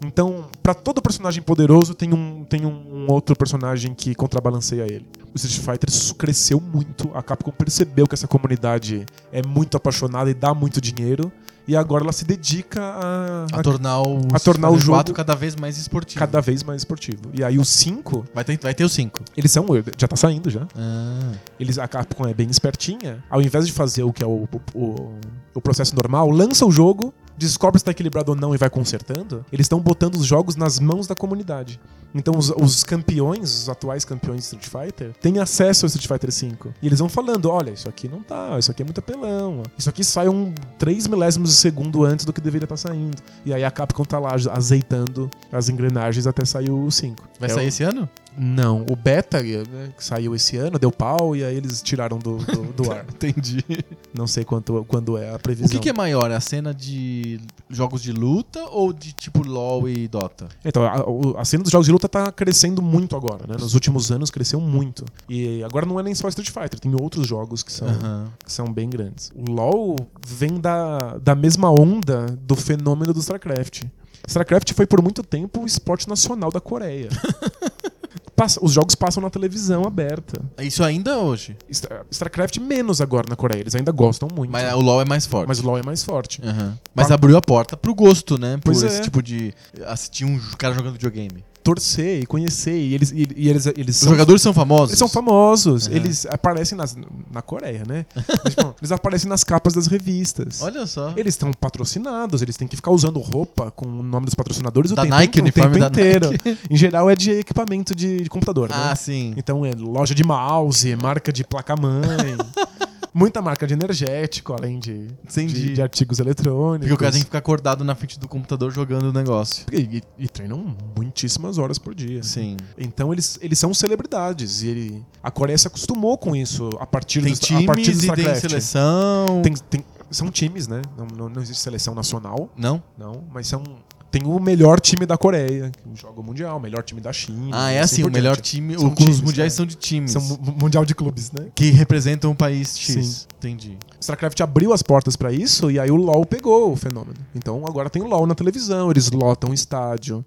S3: Então, pra todo personagem poderoso, tem um, tem um outro personagem que contrabalanceia ele. O Street Fighter s- cresceu muito, a Capcom percebeu que essa comunidade é muito apaixonada e dá muito dinheiro, e agora ela se dedica a,
S2: A
S3: a
S2: tornar o,
S3: né? a tornar
S2: Street
S3: o
S2: Fighter
S3: jogo
S2: 4 cada vez mais esportivo.
S3: cada vez mais esportivo. E aí, os cinco,
S2: Vai, ter, vai ter o 5.
S3: eles são. Já tá saindo já.
S2: Ah,
S3: eles, a Capcom é bem espertinha, ao invés de fazer o que é o, o, o processo normal, lança o jogo, descobre se tá equilibrado ou não e vai consertando, eles estão botando os jogos nas mãos da comunidade. Então os, os campeões, os atuais campeões de Street Fighter, têm acesso ao Street Fighter V. E eles vão falando, olha, isso aqui não tá, isso aqui é muito apelão, isso aqui sai um 3 milésimos de segundo antes do que deveria estar saindo. tá E aí a Capcom tá lá azeitando as engrenagens até sair o 5.
S2: vai
S3: É o-
S2: sair esse ano?
S3: Não, o Beta, né, que saiu esse ano, deu pau e aí eles tiraram do, do,
S2: <laughs>
S3: do ar.
S2: Entendi.
S3: Não sei quanto, quando é a
S2: O
S3: previsão.
S2: que, que é maior, a cena de jogos de luta ou de tipo LoL e Dota?
S3: Então, a, o- a cena dos jogos de luta tá crescendo muito agora, né? Nos últimos anos cresceu muito. E agora não é nem só Street Fighter, tem outros jogos que são,
S2: Aham.
S3: que são bem grandes. O LoL vem da, da mesma onda do fenômeno do StarCraft. StarCraft foi por muito tempo o esporte nacional
S2: <laughs>
S3: da Coreia. Passa- os jogos passam na televisão aberta.
S2: Isso ainda é hoje.
S3: Star- StarCraft menos agora na Coreia, eles ainda gostam muito.
S2: Mas o LoL é mais forte.
S3: Mas o LoL é mais forte.
S2: Aham. Mas abriu a porta pro gosto, né? Por
S3: Pois é.
S2: esse tipo de. Assistir um cara jogando videogame.
S3: Torcer e conhecer, e eles, e, e eles, eles
S2: Os
S3: são
S2: jogadores são famosos.
S3: Eles são famosos.
S2: Uhum.
S3: Eles aparecem nas, na Coreia, né? Mas, bom, eles aparecem nas capas das revistas.
S2: Olha só.
S3: Eles estão patrocinados, eles têm que ficar usando roupa com o nome dos patrocinadores o
S2: Da
S3: tempo,
S2: Nike,
S3: o
S2: uniforme
S3: tempo
S2: da
S3: inteiro. Em geral é de equipamento de, de computador, né?
S2: Ah, sim.
S3: Então é loja de mouse, marca de
S2: <laughs>
S3: placa-mãe, muita marca de energético, além de,
S2: Entendi.
S3: de, de artigos eletrônicos.
S2: Porque o cara tem que ficar acordado na frente do computador jogando o negócio.
S3: e, e treinam muitíssimas horas por dia.
S2: Sim.
S3: Então eles, eles são celebridades e ele, a Coreia se acostumou com isso a partir
S2: Tem
S3: do, a partir do
S2: times e tem
S3: StarCraft.
S2: seleção.
S3: Tem- tem- são times, né? Não, não, não existe seleção nacional,
S2: Não?
S3: não, mas são tem o melhor time da Coreia, que joga o mundial, o melhor time da China.
S2: Ah, é
S3: e
S2: assim, o
S3: por
S2: melhor
S3: diante.
S2: time.
S3: São
S2: o- os
S3: times,
S2: mundiais
S3: né?
S2: são de times.
S3: São mu- mundial de clubes, né?
S2: Que representam o país X.
S3: Sim.
S2: Entendi.
S3: StarCraft abriu as portas pra isso e aí o LoL pegou o fenômeno. Então agora tem o LoL na televisão, eles lotam o estádio.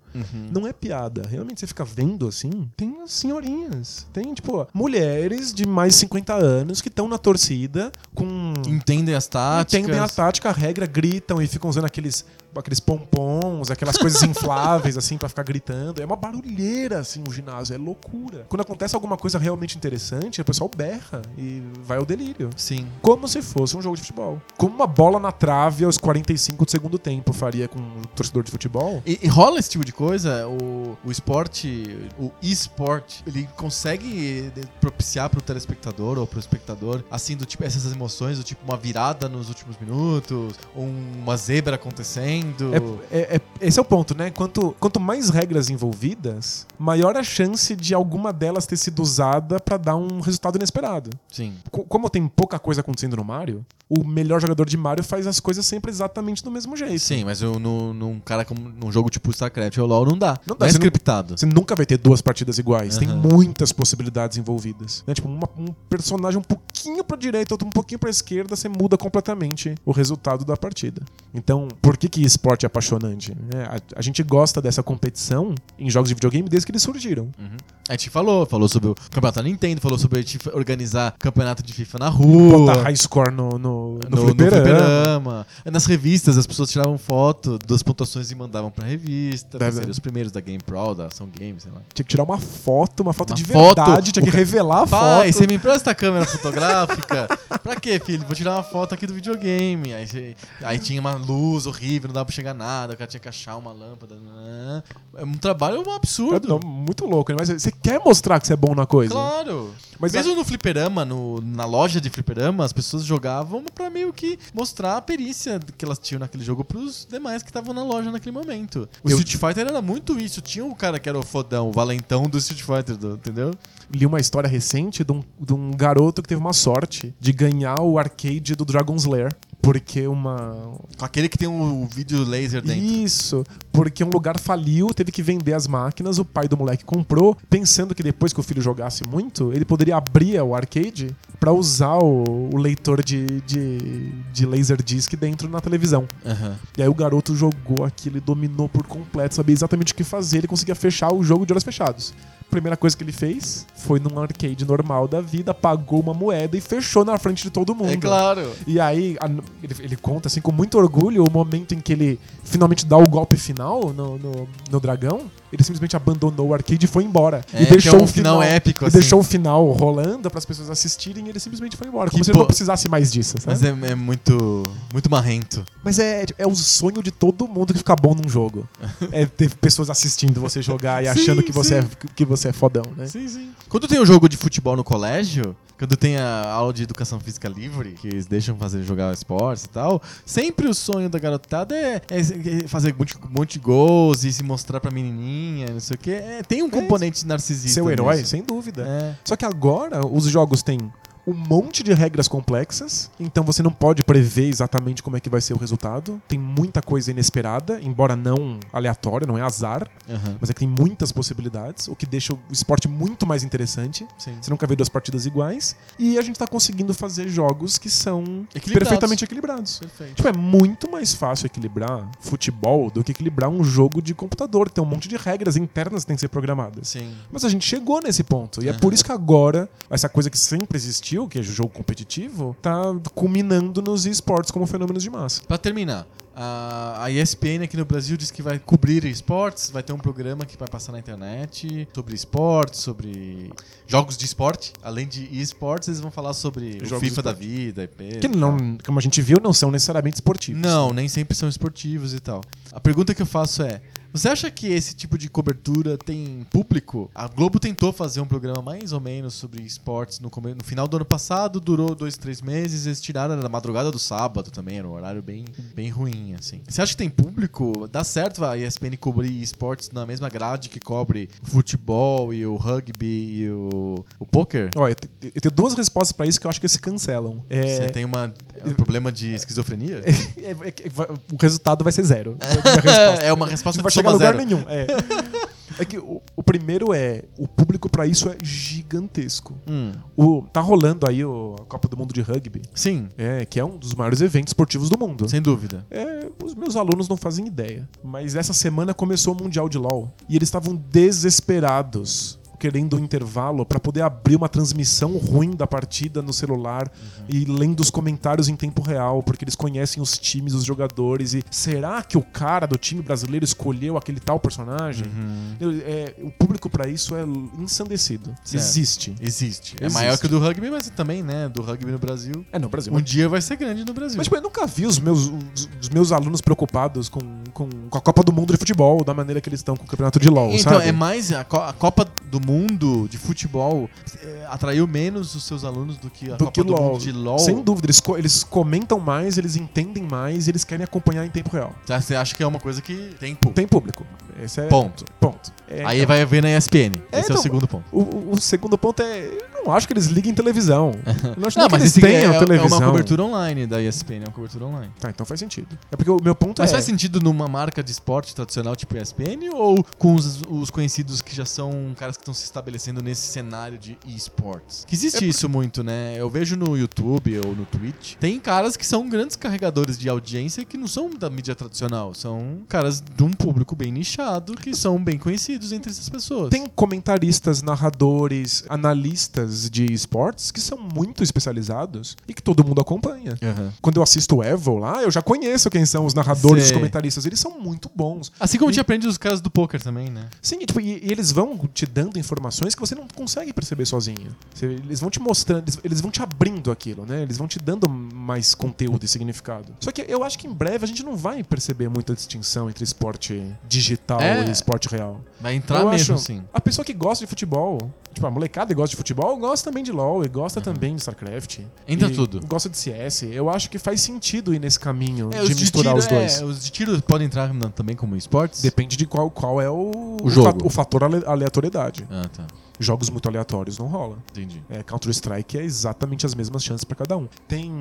S3: Não é piada. Realmente você fica vendo assim, tem umas senhorinhas, tem tipo mulheres de mais 50 anos que estão na torcida com
S2: Entendem as tá- táticas.
S3: Entendem a tática, a regra, gritam e ficam usando aqueles, aqueles pompons, aquelas coisas infláveis, assim, pra ficar gritando. É uma barulheira, assim, o ginásio, é loucura. Quando acontece alguma coisa realmente interessante, o pessoal berra e vai ao delírio.
S2: Sim.
S3: Como se fosse um jogo de futebol. Como uma bola na trave aos 45 do segundo tempo faria com um torcedor de futebol.
S2: E, e rola esse tipo de coisa? O, o esporte, o esporte, ele consegue eh, propiciar pro telespectador ou pro espectador, assim, do tipo, essas emoções, do tipo uma virada nos últimos minutos, ou uma zebra acontecendo.
S3: É- é- é- esse é o ponto, né? Quanto, quanto mais regras envolvidas, maior a chance de alguma delas ter sido usada pra dar um resultado inesperado.
S2: Sim.
S3: Co- como tem pouca coisa acontecendo no Mario, o melhor jogador de Mario faz as coisas sempre exatamente do mesmo jeito.
S2: Sim, mas eu, no, num cara como num jogo tipo StarCraft ou LoL não dá.
S3: Não
S2: Não,
S3: dá,
S2: é
S3: você não-
S2: scriptado.
S3: Você nunca vai ter duas partidas iguais. Tem
S2: Aham.
S3: muitas possibilidades envolvidas. né? Tipo, uma- um personagem um pouquinho pra direita, outro um pouquinho pra esquerda, você muda completamente o resultado da partida. Então, por que que esporte é apaixonante? né? A, a gente gosta dessa competição em jogos de videogame desde que eles surgiram.
S2: A gente falou, falou sobre o campeonato da Nintendo, falou sobre a gente organizar campeonato de FIFA na rua.
S3: Botar high score no, no, no,
S2: no, no
S3: fliperama.
S2: fliperama. É, Nas revistas, as pessoas tiravam foto das pontuações e mandavam pra revista.
S3: Deve-
S2: Pra serem os primeiros da GamePro, da Ação Games, sei lá.
S3: Tinha que tirar uma foto, uma foto
S2: Uma
S3: de
S2: foto.
S3: verdade, tinha que
S2: O ca-
S3: revelar a
S2: Pai,
S3: foto.
S2: você me empresta a câmera fotográfica? <laughs> pra quê, filho? Vou tirar uma foto aqui do videogame. Aí, você- aí tinha uma luz horrível, não dava pra chegar nada, o cara tinha que achar uma lâmpada. nananã. É um trabalho absurdo.
S3: Não, muito louco, né? Mas você quer mostrar que você é bom na coisa.
S2: Claro.
S3: Mas
S2: Mesmo no fliperama, no- na loja de fliperama, as pessoas jogavam pra meio que mostrar a perícia que elas tinham naquele jogo pros demais que estavam na loja naquele momento. O
S3: Eu-
S2: Street Fighter era muito isso. Tinha um cara que era o fodão, o valentão do Street Fighter, do- entendeu?
S3: Li uma história recente de um, de um garoto que teve uma sorte de ganhar o arcade do Dragon's Lair. Porque uma.
S2: Com aquele que tem o um, vídeo laser dentro.
S3: Isso! Porque um lugar faliu, teve que vender as máquinas, o pai do moleque comprou, pensando que depois que o filho jogasse muito, ele poderia abrir o arcade pra usar o, o leitor de, de, de laser disc dentro na televisão.
S2: Aham.
S3: E aí o garoto jogou aquilo e dominou por completo, sabia exatamente o que fazer, ele conseguia fechar o jogo de olhos fechados. Primeira coisa que ele fez foi num arcade normal da vida, pagou uma moeda e fechou na frente de todo mundo.
S2: É claro.
S3: E aí a- ele, ele conta assim com muito orgulho o momento em que ele finalmente dá o golpe final no, no, no dragão. Ele simplesmente abandonou o arcade e foi embora.
S2: É,
S3: e
S2: que é
S3: deixou
S2: um
S3: o final,
S2: final épico,
S3: e
S2: assim.
S3: deixou o final rolando para as pessoas assistirem e ele simplesmente foi embora.
S2: Que
S3: Como se
S2: bo-
S3: ele não precisasse mais disso, sabe?
S2: Mas é, é muito, muito marrento.
S3: Mas é, é o sonho de todo mundo que fica bom
S2: <laughs>
S3: num jogo. É ter pessoas assistindo você jogar e
S2: Sim,
S3: achando que você, é,
S2: sim.
S3: que você é fodão, né?
S2: Sim, sim. Quando tem um jogo de futebol no colégio, quando tem a aula de educação física livre, que eles deixam fazer jogar esportes e tal, sempre o sonho da garotada é, é fazer um monte, um monte de gols e se mostrar pra menininha, não sei o quê. É, tem um componente narcisista.
S3: Seu um herói,
S2: nisso.
S3: sem dúvida.
S2: É.
S3: Só que agora os jogos têm um monte de regras complexas, então você não pode prever exatamente como é que vai ser o resultado. Tem muita coisa inesperada, embora não aleatória, não é azar,
S2: Aham.
S3: mas é que tem muitas possibilidades, o que deixa o esporte muito mais interessante.
S2: Sim.
S3: Você nunca vê duas partidas iguais. E a gente tá conseguindo fazer jogos que são
S2: Equilibrados.
S3: perfeitamente equilibrados.
S2: Perfeito.
S3: Tipo, é muito mais fácil equilibrar futebol do que equilibrar um jogo de computador. Tem um monte de regras internas que tem que ser programadas.
S2: Sim.
S3: Mas a gente chegou nesse ponto. E é por isso que agora, essa coisa que sempre existiu, que é jogo competitivo, tá culminando nos esportes como fenômenos de massa.
S2: Pra terminar, a, a ESPN aqui no Brasil diz que vai cobrir esportes, vai ter um programa que vai passar na internet sobre esportes, sobre jogos de esporte, além de esportes, eles vão falar sobre o
S3: Jogos de
S2: FIFA da
S3: esporte.
S2: vida, IP.
S3: Que não, como a gente viu, não são necessariamente esportivos.
S2: Não, nem sempre são esportivos e tal. A pergunta que eu faço é: você acha que esse tipo de cobertura tem público? A Globo tentou fazer um programa mais ou menos sobre esportes no, come- no final do ano passado, durou dois, três meses, eles tiraram na madrugada do sábado também, era um horário bem, bem ruim, assim. Você acha que tem público? Dá certo a ESPN cobrir esportes na mesma grade que cobre o futebol e o rugby e o, o poker?
S3: Olha, eu te- eu tenho duas respostas pra isso que eu acho que se cancelam. É,
S2: Você tem uma, um problema de esquizofrenia?
S3: <laughs> é- é- é- vai- o resultado vai ser zero.
S2: <laughs> é uma resposta de
S3: <laughs> Não vai chegar
S2: soma
S3: a lugar
S2: zero.
S3: nenhum. É. <laughs> É que o, o primeiro é, o público pra isso é gigantesco.
S2: Hum,
S3: O, tá rolando aí o, a Copa do Mundo de Rugby,
S2: sim,
S3: é, que é um dos maiores eventos esportivos do mundo.
S2: sem dúvida.
S3: É, os meus alunos não fazem ideia. Mas essa semana começou o Mundial de LoL e eles estavam desesperados. Querendo um intervalo pra poder abrir uma transmissão ruim da partida no celular e lendo os comentários em tempo real, porque eles conhecem os times, os jogadores. E será que o cara do time brasileiro escolheu aquele tal personagem? Eu- é, o público pra isso é ensandecido.
S2: Certo.
S3: Existe.
S2: Existe. É
S3: Existe.
S2: maior que o do rugby, mas também, né? Do rugby no Brasil.
S3: É, no Brasil.
S2: Um dia vai ser grande no Brasil.
S3: Mas tipo, eu nunca vi os meus, os, os meus alunos preocupados com, com, com a Copa do Mundo de futebol, da maneira que eles estão com o campeonato de LoL,
S2: então,
S3: sabe?
S2: é mais. A, co- a Copa do Mundo de futebol eh, atraiu menos os seus alunos do que a
S3: do
S2: Copa
S3: que
S2: do
S3: LoL.
S2: Mundo de LOL.
S3: Sem dúvida, eles, co- eles comentam mais, eles entendem mais, eles querem acompanhar em tempo real.
S2: Tá, Você acha que é uma coisa que tem público.
S3: Tem público. Esse é
S2: Ponto.
S3: ponto. É,
S2: Aí vai ver na ESPN. Esse é
S3: É, então-
S2: o segundo ponto.
S3: o- o, o segundo ponto é, eu não acho que eles
S2: <laughs>
S3: liguem televisão. Eu não acho nem que eles
S2: esse é,
S3: tenham
S2: é
S3: televisão.
S2: uma cobertura online da ESPN, é uma cobertura online.
S3: Tá, então faz sentido. É porque o meu ponto
S2: Mas
S3: é...
S2: faz sentido numa marca de esporte tradicional tipo ESPN ou com os, os conhecidos que já são caras que estão se estabelecendo nesse cenário de esportes? Que
S3: É
S2: existe isso muito, né? Eu vejo no YouTube ou no Twitch. Tem caras que são grandes carregadores de audiência que não são da mídia tradicional. São caras de um público bem nichado que são bem conhecidos entre essas pessoas.
S3: Tem comentaristas, narradores, analistas de esportes que são muito especializados e que todo mundo acompanha.
S2: Aham.
S3: Quando eu assisto o Evo lá, eu já conheço quem são os narradores, os
S2: Sei.
S3: comentaristas. Eles são muito bons.
S2: Assim como a
S3: E-
S2: gente aprende os caras do poker também, né?
S3: Sim, e, tipo, e, e eles vão te dando informações que você não consegue perceber sozinho. Você- eles vão te mostrando, eles, eles vão te abrindo aquilo, né? Eles vão te dando mais conteúdo e significado. Só que eu acho que em breve a gente não vai perceber muita distinção entre esporte digital
S2: É.
S3: e esporte real.
S2: Vai entrar
S3: Eu
S2: mesmo,
S3: acho-
S2: sim.
S3: A pessoa que gosta de futebol, tipo, a molecada que gosta de futebol, gosta também de LoL e gosta também de StarCraft.
S2: Uhum. Entra
S3: E
S2: tudo.
S3: Gosta de CS. Eu acho que faz sentido ir nesse caminho
S2: É,
S3: de misturar
S2: tiro,
S3: os dois.
S2: é, os de tiro podem entrar na- também como esportes?
S3: Depende de qual, qual é o,
S2: O jogo.
S3: fa- o fator ale- aleatoriedade.
S2: Ah, tá.
S3: Jogos muito aleatórios não rola.
S2: Entendi.
S3: É, Counter-Strike é exatamente as mesmas chances pra cada um. Tem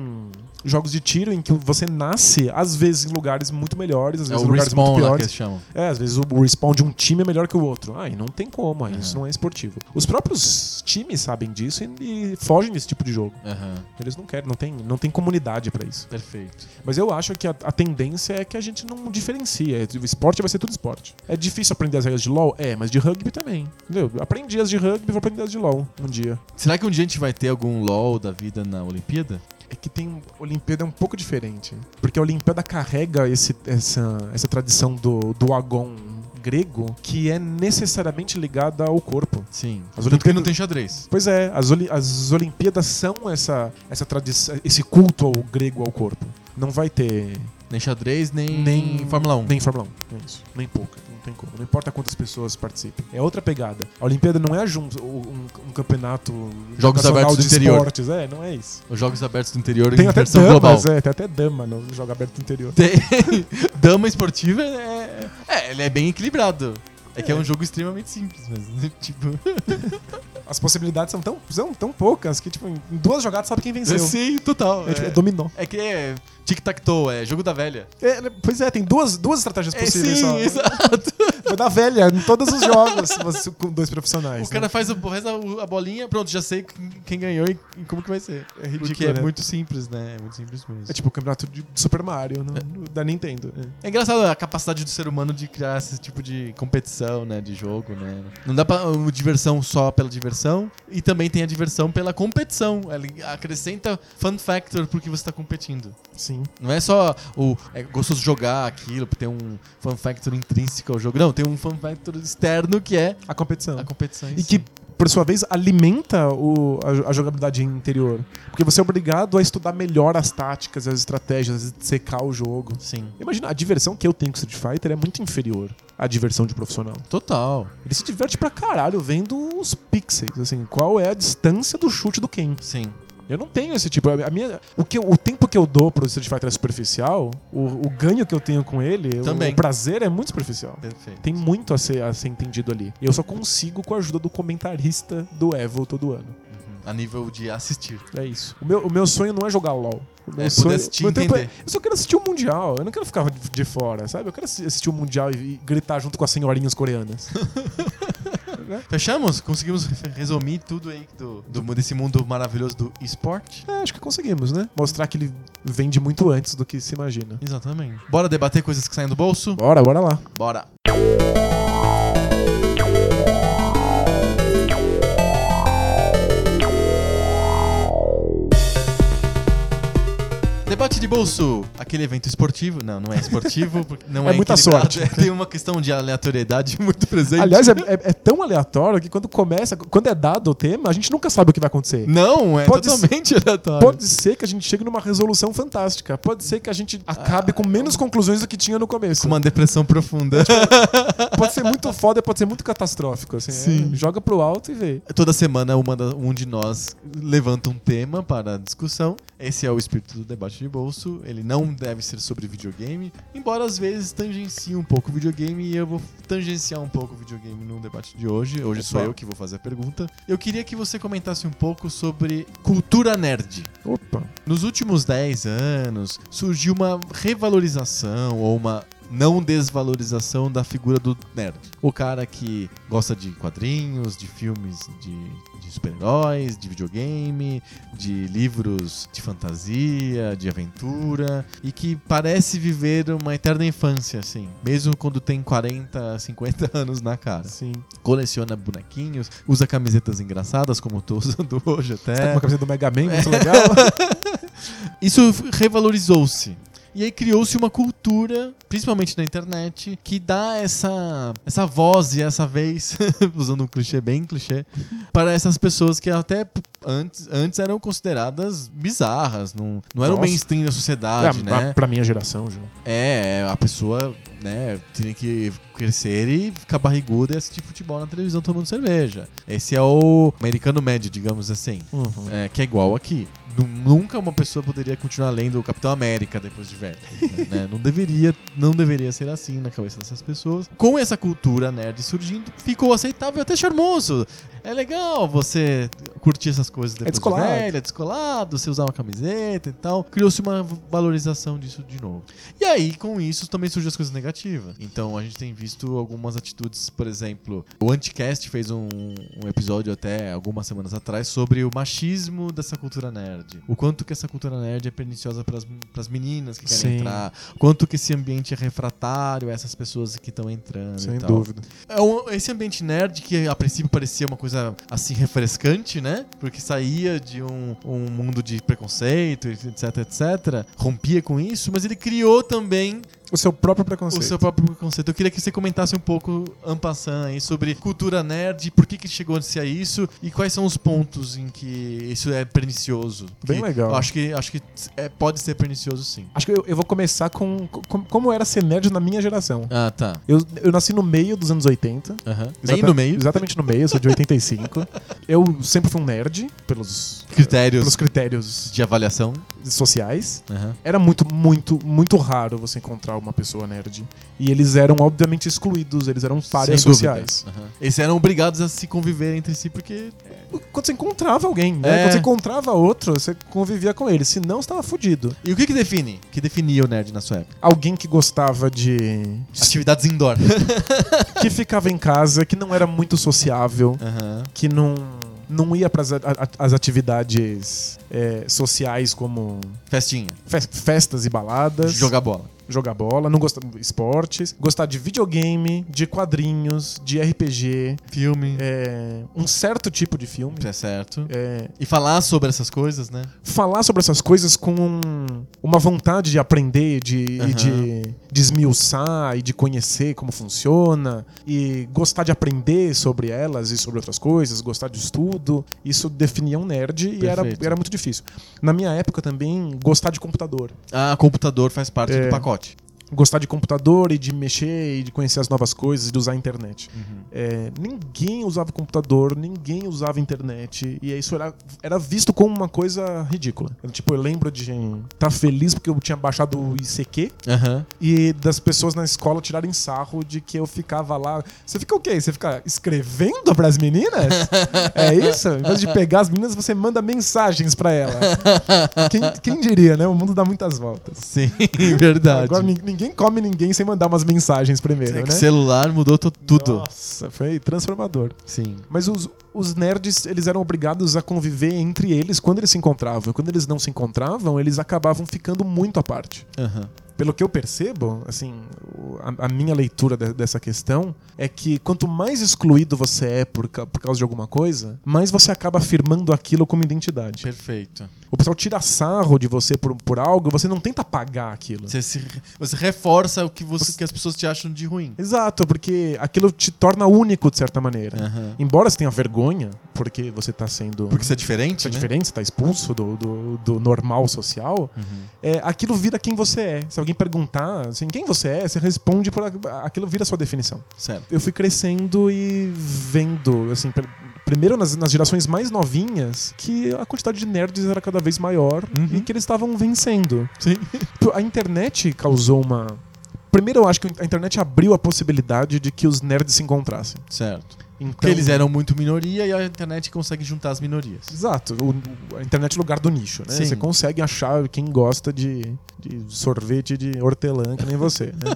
S3: jogos de tiro em que você nasce, às vezes, em lugares muito melhores, às
S2: É
S3: vezes
S2: o
S3: em lugares muito
S2: respawn lá que
S3: piores.
S2: eles chamam.
S3: É, às vezes o respawn de um time é melhor que o outro. Ah, e não tem como, aí isso não é esportivo. Os próprios times sabem disso e, e fogem desse tipo de jogo.
S2: Aham,
S3: Eles não querem, não tem, não tem comunidade pra isso.
S2: perfeito.
S3: Mas eu acho que a, a tendência é que a gente não diferencie. É, O esporte vai ser tudo esporte. É difícil aprender as regras de LoL? É, mas de rugby também. Entendeu? Aprendi as de rugby, vou aprender as de LoL um dia.
S2: Será que um dia a gente vai ter algum LOL da vida na Olimpíada?
S3: É que tem. um- a Olimpíada é um pouco diferente. Porque a Olimpíada carrega esse- essa, essa tradição do, do Agon grego que é necessariamente ligada ao corpo.
S2: Sim.
S3: As
S2: Tanto que
S3: Olimpíadas-
S2: não tem xadrez.
S3: Pois é, as, Oli- as Olimpíadas são essa, essa tradição, esse culto ao grego ao corpo. Não vai ter
S2: Nem xadrez, nem,
S3: nem
S2: Fórmula 1.
S3: Nem Fórmula 1, é isso. Nem pouca. Não tem como. Não importa quantas pessoas participem. É outra pegada. A Olimpíada não é a jun- um, um campeonato
S2: Jogos
S3: nacional
S2: abertos do
S3: de
S2: interior.
S3: esportes. É, não é isso.
S2: Os Jogos Abertos do Interior
S3: Tem
S2: em
S3: até
S2: versão
S3: dama,
S2: global.
S3: é, tem até dama no jogo aberto do interior.
S2: Tem- <laughs> Dama esportiva é... É, ele é bem equilibrado. É que é
S3: É.
S2: um jogo extremamente simples, mas <laughs> tipo...
S3: As possibilidades são tão, são tão poucas que, tipo, em duas jogadas sabe quem venceu.
S2: Eu <laughs> sei, total.
S3: É, tipo, é
S2: É,
S3: dominó.
S2: é que é tic-tac-toe, é jogo da velha.
S3: É, pois é, tem duas, duas estratégias
S2: É,
S3: possíveis só.
S2: sim, exato.
S3: Vai dar velha em todos os jogos você- com dois profissionais. né?
S2: O cara faz o, reza o- a bolinha, pronto, já sei quem- quem ganhou e e como que vai ser.
S3: né? é ridículo,
S2: Porque é
S3: né?
S2: muito simples, né? É muito simples mesmo.
S3: É tipo o campeonato de Super Mario né? no- no- da Nintendo. É.
S2: É engraçado a capacidade do ser humano de criar esse tipo de competição, né? De jogo, né? Não dá pra uh, diversão só pela diversão e também tem a diversão pela competição. Ela acrescenta fun factor porque você tá competindo.
S3: Sim.
S2: Não é só o é gostoso jogar aquilo, porque tem um fun factor intrínseco ao jogo. Não, tem um fun factor externo que é
S3: A competição.
S2: a competição. em
S3: E
S2: si.
S3: que, por sua vez, alimenta o- a, jo- a jogabilidade interior. Porque você é obrigado a estudar melhor as táticas, as estratégias, secar o jogo.
S2: Sim.
S3: Imagina, a diversão que eu tenho com Street Fighter é muito inferior à diversão de profissional.
S2: Total.
S3: Ele se diverte pra caralho vendo os pixels, assim, qual é a distância do chute do Ken.
S2: Sim.
S3: Eu não tenho esse tipo. A minha, o, que, eu- o tempo que eu dou pro Street Fighter é superficial, o, o ganho que eu tenho com ele, o-
S2: Também.
S3: o prazer é muito superficial.
S2: Perfeito.
S3: Tem muito a ser, a ser entendido ali. Eu só consigo com a ajuda do comentarista do Evo todo ano.
S2: A nível de assistir.
S3: É isso. O meu, o meu sonho não é jogar LOL. O meu
S2: É, poder
S3: sonho,
S2: assistir e
S3: meu tempo é-
S2: entender.
S3: eu só quero assistir o Mundial. Eu não quero ficar de, de fora, sabe? Eu quero assi- assistir o Mundial e, e gritar junto com as senhorinhas coreanas. <laughs>
S2: Fechamos? Conseguimos re- resumir tudo aí do, do- desse mundo maravilhoso do esporte?
S3: É, acho que conseguimos, né? Mostrar que ele vende muito antes do que se imagina.
S2: Exatamente. Bora debater coisas que saem do bolso?
S3: Bora, bora lá.
S2: Bora. Debate de bolso, aquele evento esportivo, não, não é
S3: <laughs>
S2: esportivo, porque não é,
S3: É muita
S2: equilibrado,
S3: sorte.
S2: é- <laughs> Tem uma questão de aleatoriedade muito presente.
S3: Aliás, é, é- é tão aleatório que quando começa, quando é dado o tema, a gente nunca sabe o que vai acontecer.
S2: não, é
S3: Pode
S2: totalmente aleatório.
S3: Pode ser que a gente chegue numa resolução fantástica. Pode ser que a gente acabe com menos conclusões do que tinha no começo.
S2: Com uma depressão profunda.
S3: Pode ser muito foda, pode ser muito catastrófico. Assim,
S2: Sim.
S3: É, joga pro alto e vê.
S2: É, Toda semana uma da- um de nós levanta um tema para discussão. Esse é o espírito do debate de bolso. Ele não deve ser sobre videogame, embora às vezes tangencie um pouco o videogame e eu vou tangenciar um pouco o videogame no debate de hoje. Hoje sou
S3: Opa.
S2: eu que vou fazer a pergunta. Eu queria que você comentasse um pouco sobre cultura nerd.
S3: Opa.
S2: Nos últimos 10 anos, surgiu uma revalorização ou uma não desvalorização da figura do nerd. O cara que gosta de quadrinhos, de filmes de, de super-heróis, de videogame, de livros de fantasia, de aventura, e que parece viver uma eterna infância, assim, mesmo quando tem 40, 50 <laughs> anos na cara.
S3: Sim.
S2: Coleciona bonequinhos, usa camisetas engraçadas, como eu tô usando <laughs> hoje até.
S3: Tá com uma camiseta do Mega Man, muito <laughs> legal.
S2: Isso revalorizou-se. E aí criou-se uma cultura, principalmente na internet, que dá essa, essa voz e essa vez, <laughs> usando um clichê bem clichê, para essas pessoas que até p- antes, antes eram consideradas bizarras, não, não era o
S3: Nossa.
S2: mainstream da sociedade,
S3: É,
S2: né?
S3: pra, pra minha geração, João.
S2: É, a pessoa, né, tinha que crescer e ficar barriguda e assistir futebol na televisão tomando cerveja. Esse é o americano médio, digamos assim.
S3: Uhum.
S2: É, que é igual aqui. Nu- Nunca uma pessoa poderia continuar lendo o Capitão América depois de velho. <laughs> né? Não deveria, não deveria ser assim na cabeça dessas pessoas. Com essa cultura nerd surgindo, ficou aceitável e até charmoso. É legal você curtir essas coisas depois de
S3: descolado.
S2: velho, é descolado, você usar uma camiseta e tal. Criou-se uma valorização disso de novo. E aí, com isso, também surgem as coisas negativas. Então, a gente tem visto algumas atitudes, por exemplo, o Anticast fez um, um episódio até algumas semanas atrás sobre o machismo dessa cultura nerd. O quanto que essa cultura nerd é perniciosa para as meninas que querem
S3: Sim.
S2: entrar. Quanto que esse ambiente é refratário a essas pessoas que estão entrando
S3: Sem
S2: e tal.
S3: dúvida.
S2: É um- esse ambiente nerd que a princípio parecia uma coisa assim refrescante, né? Porque saía de um, um mundo de preconceito, etc, etc. Rompia com isso, mas ele criou também
S3: o seu próprio
S2: o
S3: preconceito.
S2: seu próprio preconceito. Eu queria que você comentasse um pouco, Ampassan, aí, sobre cultura nerd, por que, que chegou-se a isso e quais são os pontos em que isso é pernicioso. Porque
S3: Bem legal.
S2: Eu acho que, acho que é- pode ser pernicioso, sim.
S3: Acho que eu, eu vou começar com, com- como era ser nerd na minha geração.
S2: Ah, tá.
S3: Eu, eu nasci no meio dos anos 80.
S2: Aham. Bem
S3: Exata-
S2: no meio.
S3: Exatamente no meio, eu sou de 85. eu sempre fui um nerd, pelos,
S2: Critérios
S3: pelos critérios
S2: de avaliação.
S3: sociais.
S2: Aham.
S3: Era muito, muito, muito raro você encontrar uma pessoa nerd. E eles eram, obviamente, excluídos, eles eram párias
S2: Sem dúvida.
S3: sociais.
S2: Aham. Eles eram obrigados a se conviver entre si porque
S3: Quando você encontrava alguém, né?
S2: É.
S3: Quando você encontrava outro, você convivia com ele. Senão, você tava fudido.
S2: E o que que define? O que definia o nerd na sua época?
S3: Alguém que gostava de.
S2: Atividades indoor.
S3: que ficava em casa, que não era muito sociável.
S2: <laughs> Aham.
S3: que não, não ia para as atividades é, sociais como
S2: Festinha.
S3: fe- festas e baladas,
S2: Jogar bola.
S3: jogar bola, não gostar de esportes, gostar de videogame, de quadrinhos, de RPG,
S2: Filme.
S3: é, um certo tipo de filme.
S2: É certo.
S3: É,
S2: E falar sobre essas coisas, né?
S3: falar sobre essas coisas com um- uma vontade de aprender, de, e
S2: Aham.
S3: de desmiuçar e de conhecer como funciona e gostar de aprender sobre elas e sobre outras coisas, gostar de estudo. Isso definia um nerd e era,
S2: Perfeito.
S3: era muito difícil. Na minha época também, gostar de computador.
S2: Ah, computador faz parte
S3: É.
S2: do pacote.
S3: Gostar de computador e de mexer e de conhecer as novas coisas e de usar a internet. É, ninguém usava computador, ninguém usava internet, e isso era, era visto como uma coisa ridícula. Eu, tipo, eu lembro de estar tá feliz porque eu tinha baixado o ICQ
S2: Aham.
S3: e das pessoas na escola tirarem sarro de que eu ficava lá. Você fica o quê? Você fica escrevendo pras meninas? é isso? Em vez de pegar as meninas, você manda mensagens pra ela. Quem, quem diria, né? O mundo dá muitas voltas.
S2: Sim, <laughs> verdade.
S3: Agora nin- ninguém come ninguém sem mandar umas mensagens primeiro,
S2: É que
S3: né?
S2: celular mudou to- tudo.
S3: Nossa, foi transformador.
S2: Sim.
S3: Mas os, os nerds, eles eram obrigados a conviver entre eles quando eles se encontravam. Quando eles não se encontravam, eles acabavam ficando muito à parte.
S2: Aham.
S3: Pelo que eu percebo, assim, o- a, a minha leitura de- dessa questão é que quanto mais excluído você é por, ca- por causa de alguma coisa, mais você acaba afirmando aquilo como identidade.
S2: Perfeito.
S3: O pessoal tira sarro de você por, por algo, você não tenta apagar aquilo.
S2: Você, se, você reforça o que, você, que as pessoas te acham de ruim.
S3: Exato, porque aquilo te torna único de certa maneira.
S2: Aham.
S3: Embora você tenha vergonha, porque você tá sendo.
S2: Porque você é diferente,
S3: Você é
S2: né?
S3: diferente, você tá expulso do, do, do normal social,
S2: Uhum.
S3: é, aquilo vira quem você é. Se alguém perguntar assim, quem você é, você responde por a- aquilo vira a sua definição.
S2: Certo.
S3: Eu fui crescendo e vendo, assim, pr- primeiro nas, nas gerações mais novinhas, que a quantidade de nerds era cada vez maior e que eles estavam vencendo.
S2: Uhum. Sim.
S3: Pô, A internet causou uma. Primeiro, eu acho que a internet abriu a possibilidade de que os nerds se encontrassem.
S2: Certo.
S3: Então,
S2: Porque eles eram muito minoria e a internet consegue juntar as minorias.
S3: Exato. O- a internet é o lugar do nicho, né?
S2: Sim.
S3: Você consegue achar quem gosta de, de sorvete de hortelã, que nem você, né?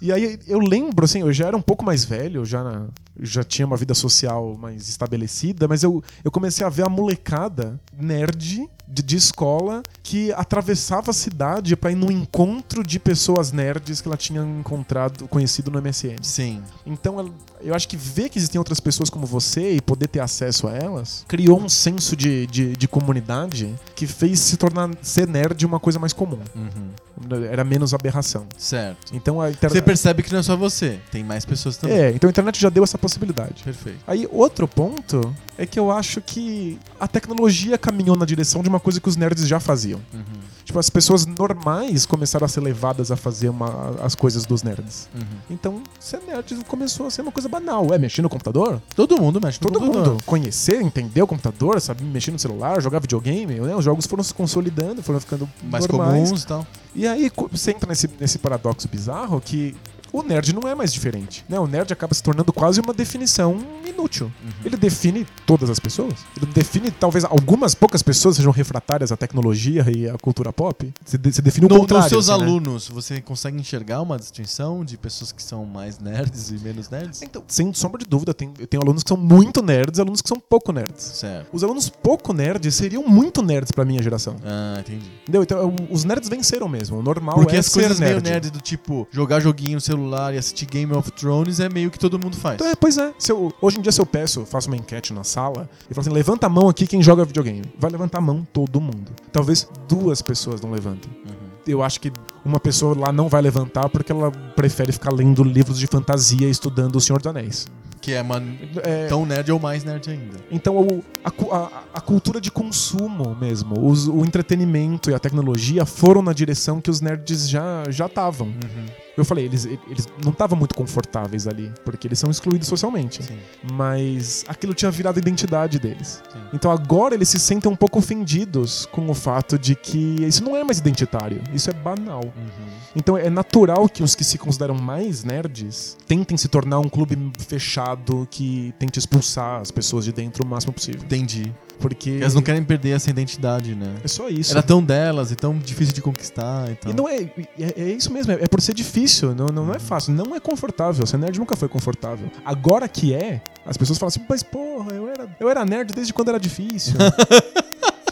S3: E aí eu lembro, assim, eu já era um pouco mais velho, já, na- já tinha uma vida social mais estabelecida, mas eu, eu comecei a ver a molecada nerd de, de escola que atravessava a cidade pra ir num encontro de pessoas nerds que ela tinha encontrado, conhecido no MSN.
S2: Sim.
S3: Então, ela- eu acho que ver que existem outras pessoas como você e poder ter acesso a elas criou um senso de, de, de comunidade que fez se tornar ser nerd uma coisa mais comum.
S2: Uhum.
S3: Era menos aberração.
S2: Certo.
S3: Então a
S2: Você
S3: internet.
S2: percebe que não é só você, tem mais pessoas também.
S3: É, então a internet já deu essa possibilidade.
S2: Perfeito.
S3: Aí, outro ponto é que eu acho que a tecnologia caminhou na direção de uma coisa que os nerds já faziam.
S2: Uhum.
S3: Tipo, as pessoas normais começaram a ser levadas a fazer uma- as coisas dos nerds.
S2: Uhum.
S3: Então, ser nerd começou a ser uma coisa banal. É, mexer no computador?
S2: Todo mundo mexe no
S3: Todo
S2: computador.
S3: mundo conhecer, entender o computador, saber mexer no celular, jogar videogame, né? Os jogos foram se consolidando, foram ficando
S2: Mais
S3: normais.
S2: comuns e tal.
S3: E aí co- você entra nesse, nesse paradoxo bizarro que o nerd não é mais diferente. Né? O nerd acaba se tornando quase uma definição inútil.
S2: Uhum.
S3: Ele define todas as pessoas. Ele define, talvez, algumas poucas pessoas sejam refratárias à tecnologia e à cultura pop. Você, de- você define o
S2: No,
S3: contrário.
S2: nos seus
S3: assim, né?
S2: alunos, você consegue enxergar uma distinção de pessoas que são mais nerds e menos nerds?
S3: Então, sem sombra de dúvida, tem, eu tenho alunos que são muito nerds e alunos que são pouco nerds.
S2: Certo.
S3: Os alunos pouco nerds seriam muito nerds pra minha geração.
S2: Ah, entendi.
S3: Entendeu? Então, o- os nerds venceram mesmo. O normal
S2: Porque
S3: é
S2: as
S3: ser
S2: coisas meio
S3: nerd.
S2: nerd do tipo jogar joguinho no celular e assistir Game of Thrones é meio que todo mundo faz.
S3: Então, é, pois é. Se eu- hoje em dia, se eu peço, faço uma enquete na sala e falo assim: levanta a mão aqui quem joga videogame. Vai levantar a mão todo mundo. Talvez duas pessoas não levantem.
S2: Uhum.
S3: Eu acho que uma pessoa lá não vai levantar porque ela prefere ficar lendo livros de fantasia e estudando O Senhor dos Anéis.
S2: Que é, man...
S3: É,
S2: tão nerd ou mais nerd ainda.
S3: então, o- a, cu- a- a cultura de consumo mesmo, os- o entretenimento e a tecnologia foram na direção que os nerds já já estavam.
S2: Uhum.
S3: Eu falei, eles, eles não estavam muito confortáveis ali, porque eles são excluídos socialmente.
S2: Sim.
S3: Mas aquilo tinha virado a identidade deles.
S2: Sim.
S3: Então agora eles se sentem um pouco ofendidos com o fato de que isso não é mais identitário, isso é banal.
S2: Uhum.
S3: Então é natural que os que se consideram mais nerds tentem se tornar um clube fechado que tente expulsar as pessoas de dentro o máximo possível.
S2: Entendi.
S3: Porque
S2: Elas não querem perder essa identidade, né?
S3: é só isso.
S2: Era tão delas e tão difícil de conquistar e tal.
S3: E não é, é, é isso mesmo, é, é por ser difícil, não, não, não
S2: Uhum.
S3: é fácil, não é confortável. Ser nerd nunca foi confortável. Agora que é, as pessoas falam assim, mas porra, eu era, eu era nerd desde quando
S2: <laughs>
S3: era difícil.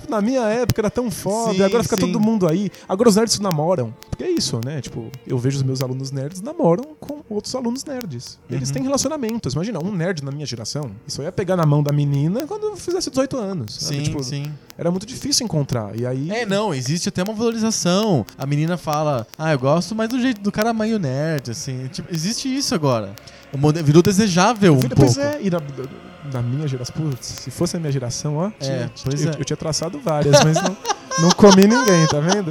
S3: Na minha época era tão foda,
S2: Sim,
S3: agora fica
S2: sim.
S3: todo mundo aí. Agora os nerds namoram. Porque é isso, né? Tipo, eu vejo os meus alunos nerds namoram com outros alunos nerds.
S2: Uhum.
S3: Eles têm relacionamentos. Imagina, um nerd na minha geração, isso eu ia pegar na mão da menina quando eu fizesse 18 anos. sabe?
S2: Sim,
S3: Tipo,
S2: sim.
S3: Era muito difícil encontrar. E aí.
S2: É, não, existe até uma valorização. A menina fala, ah, eu gosto, mas do jeito do cara meio nerd, assim. Tipo, existe isso agora. O mode- Virou desejável um
S3: Filho,
S2: pouco.
S3: Pois é, e na, na minha geração, putz, se fosse a minha geração, ó, tinha-
S2: pois
S3: eu,
S2: é.
S3: eu tinha traçado várias, mas não, não comi ninguém, tá vendo?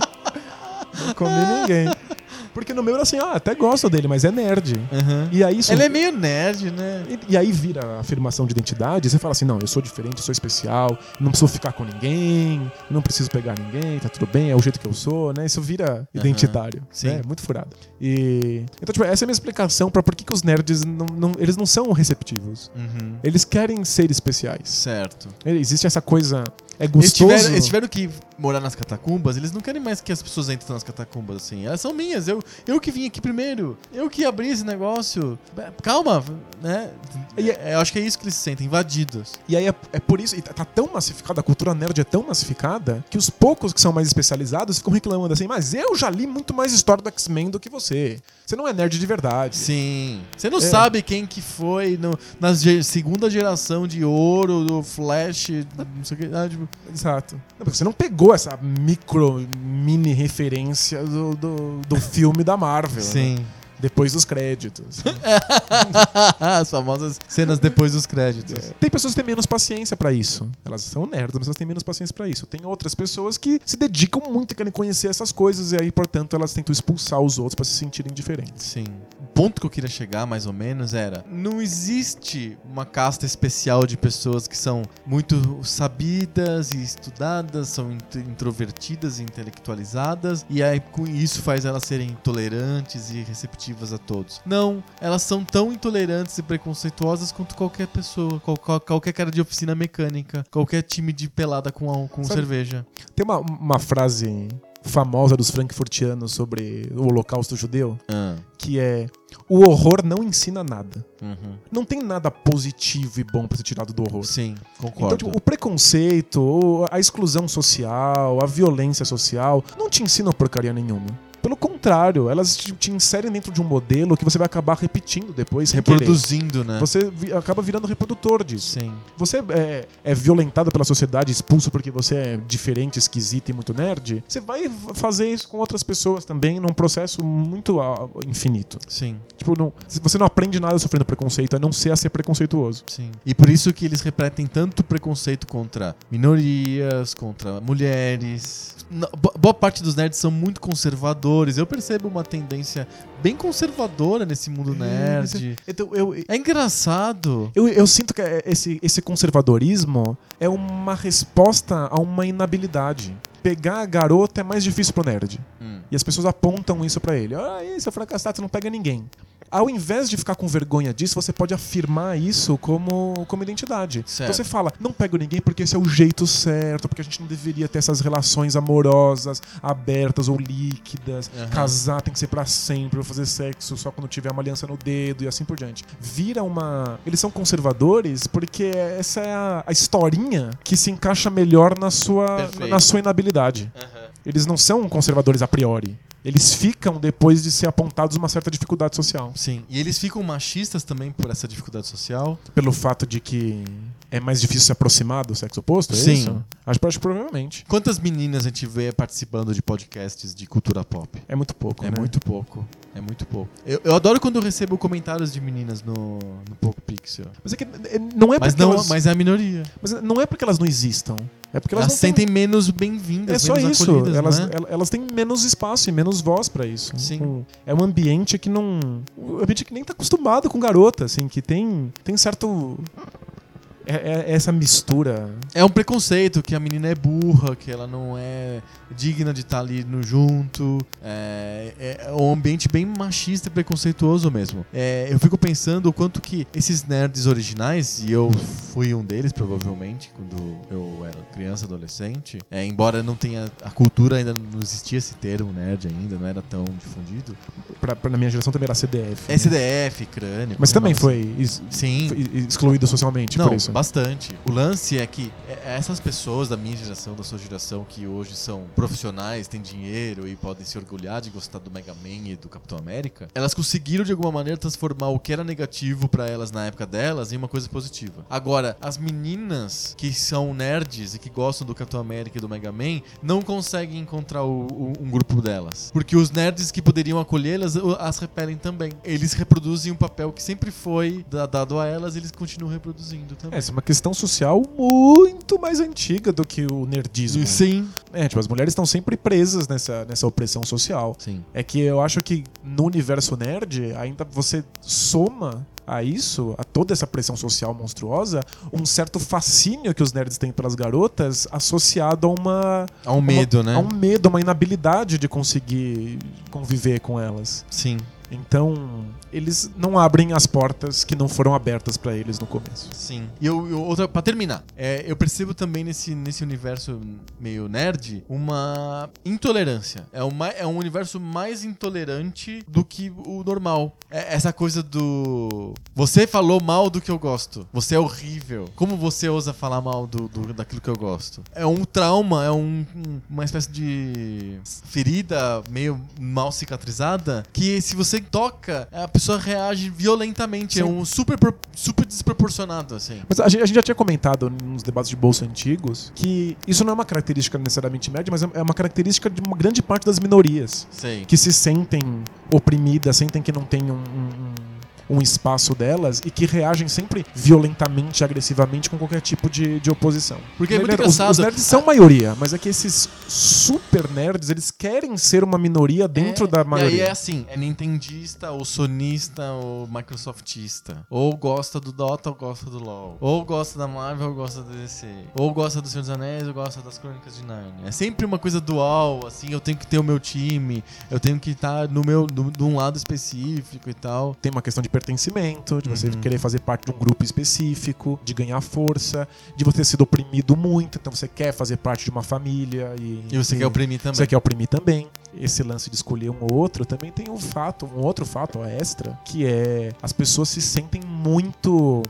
S3: Não comi ninguém. Porque no meu era assim, ah, até gosto dele, mas é nerd.
S2: Aham.
S3: E aí isso.
S2: Ele é meio nerd, né?
S3: e- E aí vira a afirmação de identidade, você fala assim, não, eu sou diferente, eu sou especial, não preciso ficar com ninguém, não preciso pegar ninguém, tá tudo bem, é o jeito que eu sou, né? Isso vira identitário,
S2: sim.
S3: né? Muito furado. E então tipo, essa é a minha explicação pra por que, que os nerds não, não- eles não são receptivos.
S2: Uhum.
S3: Eles querem ser especiais.
S2: Certo.
S3: É, Existe essa coisa. É
S2: Eles
S3: gostoso.
S2: tiveram, eles tiveram que morar nas catacumbas, eles não querem mais que as pessoas entrem nas catacumbas, assim. Elas são minhas, eu, eu que vim aqui primeiro, eu que abri esse negócio. Calma, né?
S3: E
S2: É, eu acho que é isso que eles se sentem, invadidos.
S3: E aí é, é por isso. e tá- Tá tão massificada, a cultura nerd é tão massificada que os poucos que são mais especializados ficam reclamando assim, mas eu já li muito mais história do X-Men do que você. Você não é nerd de verdade.
S2: Sim. Você não
S3: É.
S2: sabe quem que foi no, na ge- segunda geração de ouro, do Flash, não sei o que. Ah, tipo,
S3: Exato. Não, porque você não pegou essa micro, mini referência do, do, do filme da Marvel. né?
S2: sim.
S3: Depois dos créditos.
S2: <laughs> As famosas cenas depois dos créditos.
S3: É. Tem pessoas que têm menos paciência pra isso. Elas são nerds, mas elas têm menos paciência pra isso. Tem outras pessoas que se dedicam muito e querem conhecer essas coisas e aí, portanto, elas tentam expulsar os outros pra se sentirem diferentes.
S2: Sim. O ponto que eu queria chegar, mais ou menos, era: não existe uma casta especial de pessoas que são muito sabidas e estudadas, são int- introvertidas e intelectualizadas, e aí com isso faz elas serem tolerantes e receptivas a todos. Não, elas são tão intolerantes e preconceituosas quanto qualquer pessoa, qual- qual- qualquer cara de oficina mecânica, qualquer time de pelada com, a- com
S3: Sabe-
S2: cerveja.
S3: Tem uma, uma frase famosa dos frankfurtianos sobre o holocausto judeu, que é o horror não ensina nada. Não tem nada positivo e bom pra ser tirado do horror.
S2: Sim, concordo.
S3: Então, tipo, o preconceito, ou a exclusão social, a violência social, não te ensinam porcaria nenhuma. Pelo contrário, elas te, te inserem dentro de um modelo que você vai acabar repetindo depois, reproduzindo.
S2: Reproduzindo, né?
S3: é? Você vi- acaba virando reprodutor disso.
S2: Sim.
S3: Você é, é violentado pela sociedade, expulso porque você é diferente, esquisito e muito nerd. Você vai f- fazer isso com outras pessoas também num processo muito ah, infinito.
S2: Sim.
S3: Tipo, não, você não aprende nada sofrendo preconceito, a não ser a ser preconceituoso.
S2: Sim. E por isso que eles repetem tanto preconceito contra minorias, contra mulheres. Na- bo- Boa parte dos nerds são muito conservadores. Eu percebo uma tendência bem conservadora nesse
S3: É,
S2: mundo nerd.
S3: Então, eu,
S2: É engraçado.
S3: Eu, eu sinto que é- esse, esse conservadorismo é uma resposta a uma inabilidade. Pegar a garota é mais difícil pro nerd. E as pessoas apontam isso pra ele. Ah, esse é fracassado, você não pega ninguém. Ao invés de ficar com vergonha disso, você pode afirmar isso como, como identidade.
S2: Certo.
S3: Então você fala, não pego ninguém porque esse é o jeito certo, porque a gente não deveria ter essas relações amorosas, abertas ou líquidas.
S2: Aham.
S3: Casar tem que ser pra sempre, vou fazer sexo só quando tiver uma aliança no dedo e assim por diante. Vira uma. Eles são conservadores porque essa é a, a historinha que se encaixa melhor na sua,
S2: Perfeito.
S3: na sua inabilidade. Eles não são conservadores a priori. Eles ficam depois de ser apontados uma certa dificuldade social.
S2: Sim. E eles ficam machistas também por essa dificuldade social.
S3: Pelo fato de que é mais difícil se aproximar do sexo oposto? É
S2: Sim.
S3: isso? Acho, acho que provavelmente.
S2: Quantas meninas a gente vê participando de podcasts de cultura pop?
S3: É muito pouco.
S2: É
S3: né?
S2: muito pouco. É muito pouco. Eu, eu adoro quando eu recebo comentários de meninas no, no Poco Pixel.
S3: Mas é que é, não é
S2: Mas
S3: porque
S2: não,
S3: elas, mas...
S2: mas é a minoria.
S3: não é porque elas não existam. É porque elas,
S2: Elas,
S3: não têm-
S2: sentem menos
S3: É
S2: bem-vindas,
S3: só
S2: menos
S3: isso.
S2: acolhidas,
S3: Elas,
S2: né?
S3: el- elas têm menos espaço e menos voz pra isso.
S2: Sim.
S3: Um- É um ambiente que não. Um ambiente que nem tá acostumado com garota, assim, que tem, tem certo. É, é- é essa mistura.
S2: É um preconceito que a menina é burra, que ela não é digna de estar ali no junto. É, é um ambiente bem machista e preconceituoso mesmo. É, eu fico pensando o quanto que esses nerds originais, e eu fui um deles provavelmente quando eu era criança, adolescente, é, embora não tenha. A cultura ainda não existia esse termo nerd ainda, não era tão difundido.
S3: Pra, pra- na minha geração também era CDF.
S2: É
S3: né?
S2: SDF, crânio.
S3: Mas você também
S2: coisa
S3: foi, is-
S2: assim. Sim.
S3: foi excluído socialmente
S2: não,
S3: por isso.
S2: bastante. O lance é que é- essas pessoas da minha geração, da sua geração, que hoje são profissionais, têm dinheiro e podem se orgulhar de gostar do Mega Man e do Capitão América, elas conseguiram de alguma maneira transformar o que era negativo pra elas na época delas em uma coisa positiva. Agora, as meninas que são nerds e que gostam do Capitão América e do Mega Man não conseguem encontrar o- o- um grupo delas. Porque os nerds que poderiam acolhê-las o- as repelem também. Eles reproduzem um papel que sempre foi da- dado a elas e eles continuam reproduzindo também.
S3: É, Essa é uma questão social muito mais antiga do que o nerdismo.
S2: Sim.
S3: É, tipo, as mulheres estão sempre presas nessa, nessa opressão social.
S2: Sim.
S3: É que eu acho que no universo nerd, ainda você soma a isso, a toda essa pressão social monstruosa, um certo fascínio que os nerds têm pelas garotas associado a uma.
S2: Há um medo,
S3: uma-
S2: né?
S3: A um medo, a uma inabilidade de conseguir conviver com elas.
S2: Sim,
S3: Então, eles não abrem as portas que não foram abertas pra eles no começo.
S2: sim. E eu, eu- outra, pra terminar, é, eu percebo também nesse, nesse universo meio nerd uma intolerância. É, uma, é um universo mais intolerante do que o normal. É essa coisa do. Você falou mal do que eu gosto. Você é horrível. Como você ousa falar mal do, do- daquilo que eu gosto? É um trauma, é um- um- uma espécie de ferida meio mal cicatrizada que se você toca, a pessoa reage violentamente. É
S3: Sim.
S2: um super, pro- super desproporcionado, assim.
S3: Mas a gente, a gente já tinha comentado nos debates de bolsa antigos que isso não é uma característica necessariamente nerd, mas é é uma característica de uma grande parte das minorias.
S2: Sei.
S3: que se sentem oprimidas, sentem que não tem um, um- um espaço delas e que reagem sempre violentamente, agressivamente com qualquer tipo de, de oposição.
S2: Porque é muito
S3: Os-
S2: engraçado.
S3: Os, nerds são maioria, mas é que esses super nerds, eles querem ser uma minoria dentro
S2: É,
S3: da
S2: E aí é
S3: maioria.
S2: assim, é nintendista, ou sonista, ou microsoftista. Ou gosta do Dota, ou gosta do LoL. Ou gosta da Marvel, ou gosta da DC. Ou gosta do Senhor dos Anéis, ou gosta das Crônicas de Narnia. É sempre uma coisa dual, assim, eu tenho que ter o meu time, eu tenho que estar no meu, no- de um lado específico e tal.
S3: Tem uma questão de pertencimento, de você
S2: Uhum.
S3: querer fazer parte de um grupo específico, de ganhar força, de você ter sido oprimido muito, então você quer fazer parte de uma família e...
S2: E você
S3: e-
S2: quer oprimir também.
S3: Você quer oprimir também. Esse lance de escolher um ou outro também tem um fato, um outro fato ó, extra, que é as pessoas se sentem muito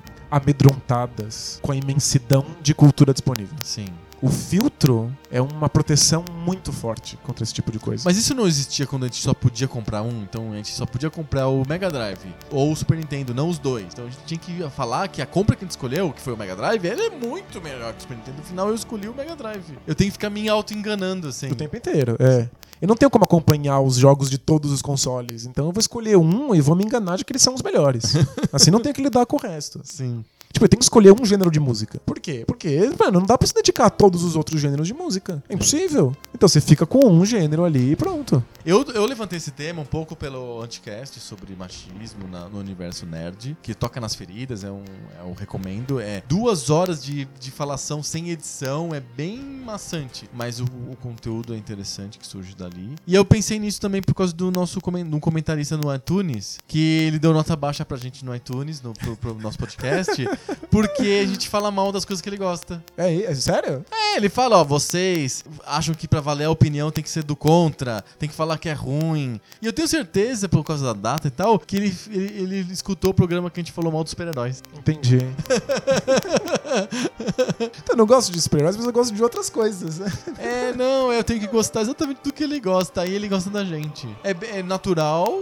S3: amedrontadas com a imensidão de cultura disponível.
S2: Sim.
S3: O filtro é uma proteção muito forte contra esse tipo de coisa.
S2: Mas isso não existia quando a gente só podia comprar um, então a gente só podia comprar o Mega Drive ou o Super Nintendo, não os dois. Então a gente tinha que falar que a compra que a gente escolheu, que foi o Mega Drive, ela é muito melhor que o Super Nintendo. Afinal, eu escolhi o Mega Drive. Eu tenho que ficar me auto-enganando, assim.
S3: o tempo inteiro, é. Eu não tenho como acompanhar os jogos de todos os consoles, então eu vou escolher um e vou me enganar de que eles são os melhores. assim não tenho que lidar com o resto.
S2: Sim.
S3: Tipo, eu tenho que escolher um gênero de música. Por quê? Porque, mano, não dá pra se dedicar a todos os outros gêneros de música. É impossível. Então você fica com um gênero ali e pronto.
S2: Eu, eu levantei esse tema um pouco pelo Anticast sobre machismo na- no universo nerd, que toca nas feridas, é um, é um recomendo. É duas horas de, de falação sem edição, é bem maçante, mas o, o conteúdo é interessante que surge dali. E eu pensei nisso também por causa do nosso comen- de um comentarista no iTunes, que ele deu nota baixa pra gente no iTunes, no, pro, pro nosso podcast, porque a gente fala mal das coisas que ele gosta.
S3: É, é sério?
S2: É, ele fala, ó, vocês acham que pra valer a opinião tem que ser do contra, tem que falar que é ruim. E eu tenho certeza, por causa da data e tal, que ele, ele, ele escutou o programa que a gente falou mal dos super-heróis.
S3: Entendi. então, eu não gosto de super-heróis, mas eu gosto de outras coisas. <laughs> né?
S2: é, não, eu tenho que gostar exatamente do que ele gosta, aí ele gosta da gente. É, be- é natural,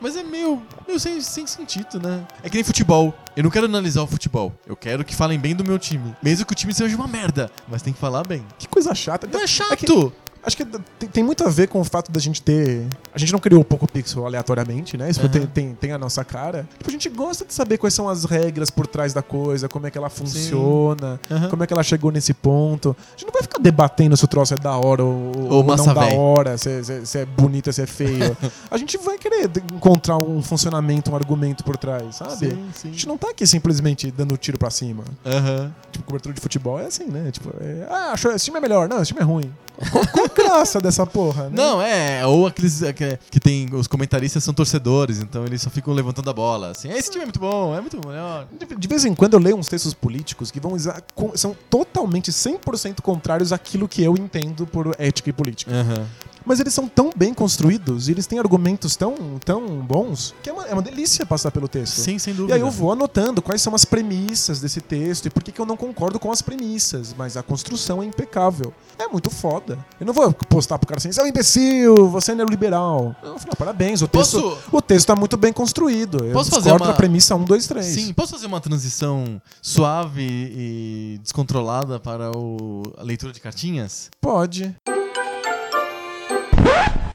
S2: Mas é meio, meio sem, sem sentido, né? É que nem futebol. Eu não quero analisar o futebol. Eu quero que falem bem do meu time. Mesmo que o time seja uma merda. Mas tem que falar bem.
S3: Que coisa chata.
S2: Não é chato!
S3: Então, que- Acho que tem, tem muito a ver com o fato da gente ter. A gente não criou o Poco Pixel aleatoriamente, né? Isso
S2: Aham.
S3: tem, tem, tem a nossa cara. Tipo, a gente gosta de saber quais são as regras por trás da coisa, como é que ela funciona,
S2: Aham.
S3: como é que ela chegou nesse ponto. A gente não vai ficar debatendo se o troço é da hora ou, ou
S2: massa
S3: não da
S2: véi.
S3: hora, se, é- se é- se é bonito, se
S2: <laughs>
S3: é feio. a gente vai querer encontrar um funcionamento, um argumento por trás, sabe?
S2: Sim,
S3: A
S2: sim.
S3: gente não tá aqui simplesmente dando tiro pra cima.
S2: Aham.
S3: Tipo, cobertura de futebol é assim, né? Tipo, é, ah, achou- esse time é melhor. Não, esse time é ruim. <laughs> Qual, qual a graça dessa porra, né?
S2: Não, é, ou aqueles que, que tem. Os comentaristas são torcedores, então eles só ficam levantando a bola. Assim, esse time é muito bom, é muito melhor.
S3: De- De vez em quando eu leio uns textos políticos que vão exa- com- são totalmente 100% contrários àquilo que eu entendo por ética e política.
S2: Aham.
S3: Mas eles são tão bem construídos e eles têm argumentos tão, tão bons que é uma, é uma delícia passar pelo texto.
S2: Sim, sem
S3: E
S2: dúvida.
S3: aí eu vou anotando quais são as premissas desse texto e por que, que eu não concordo com as premissas, mas a construção é impecável. É muito foda. Eu não vou postar pro cara assim, você é um imbecil, você é neoliberal. Não, eu falo, "Ah, parabéns, o texto,
S2: Posso-
S3: o texto tá muito bem construído. Eu
S2: Posso fazer
S3: discordo
S2: uma-
S3: da premissa 1, 2, 3.
S2: Sim, posso fazer uma transição suave e descontrolada para o- a leitura de cartinhas?
S3: Pode.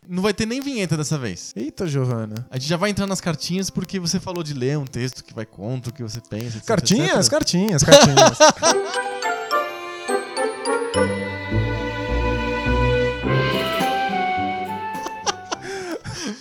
S2: Não vai ter nem vinheta dessa vez.
S3: Eita, Giovana.
S2: A gente já vai entrar nas cartinhas porque você falou de ler um texto que vai contra o que você pensa.
S3: tá
S2: etc,
S3: Cartinhas,
S2: etc.
S3: cartinhas, cartinhas. <laughs>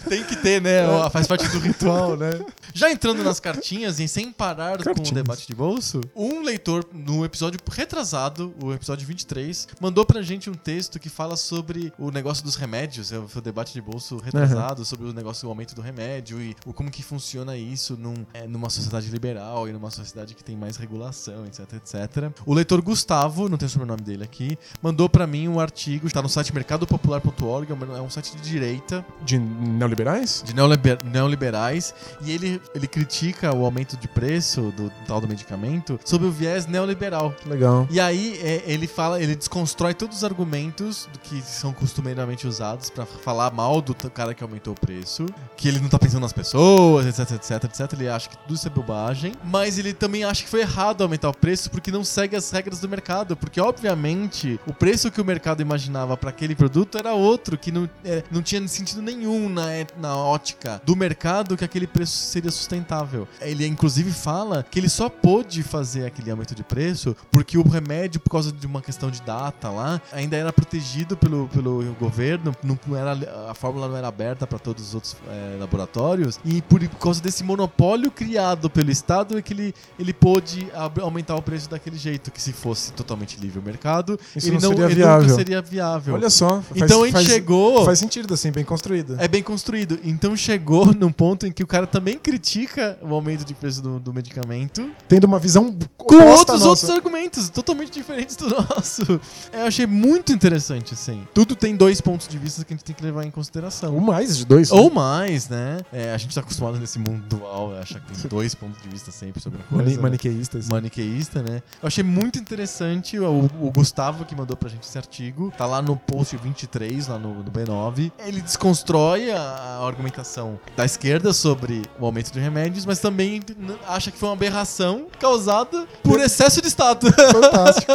S2: Tem que ter, né? Ó, Faz parte do ritual, né?
S3: né?
S2: Já entrando nas cartinhas e sem parar com
S3: Cartinhas.
S2: o debate de bolso, um leitor, no episódio retrasado, o episódio 23, mandou pra gente um texto que fala sobre o negócio dos remédios, é o foi o debate de bolso retrasado, sobre o negócio do aumento do remédio e o, como que funciona isso num- é, numa sociedade liberal e numa sociedade que tem mais regulação, etc, etc. O leitor Gustavo, não tem o sobrenome dele aqui, mandou pra mim um artigo, tá no site mercadopopular.org, é um- é um site de direita,
S3: De neoliberais?
S2: de neoliber- neoliberais e ele, ele critica o aumento de preço do tal do medicamento sob o viés neoliberal.
S3: Legal.
S2: E aí é, ele fala, ele desconstrói todos os argumentos do que são costumeiramente usados pra falar mal do t- cara que aumentou o preço, que ele não tá pensando nas pessoas, etc, etc, etc. Ele acha que tudo isso é bobagem, mas ele também acha que foi errado aumentar o preço porque não segue as regras do mercado, porque obviamente o preço que o mercado imaginava pra aquele produto era outro que não, é, não tinha sentido nenhum na, é- na ótica do mercado que aquele preço seria sustentável. Ele inclusive fala que ele só pôde fazer aquele aumento de preço porque o remédio, por causa de uma questão de data lá, ainda era protegido pelo, pelo governo, não era, a fórmula não era aberta para todos os outros é, laboratórios, e por causa desse monopólio criado pelo Estado é que ele, ele pôde ab- aumentar o preço daquele jeito, que se fosse totalmente livre o mercado,
S3: Isso
S2: ele
S3: não seria
S2: ele
S3: viável.
S2: nunca seria viável.
S3: Olha só. faz-
S2: então ele
S3: faz-
S2: chegou.
S3: Faz sentido, assim, bem construído.
S2: É bem construído. Então chegou num ponto em que o cara também critica o aumento de preço do, do medicamento
S3: Tendo uma visão
S2: com
S3: oposta à
S2: outros,
S3: nossa.
S2: outros argumentos totalmente diferentes do <laughs> nosso. É, Eu achei muito interessante, assim. Tudo tem dois pontos de vista que a gente tem que levar em
S3: Ou
S2: consideração.
S3: Um mais de dois.
S2: Ou mais, né? É, a gente tá acostumado nesse mundo dual, a achar que tem dois pontos de vista sempre sobre a coisa.
S3: Mani-
S2: né?
S3: maniqueístas.
S2: maniqueísta, né? Eu achei muito interessante o, o Gustavo que mandou pra gente esse artigo. Tá lá no post 23, lá no, no B9. Ele desconstrói a, a argumentação da esquerda sobre o aumento de remédios, mas também n- acha que foi uma aberração causada por excesso de <laughs> Estado.
S3: Fantástico.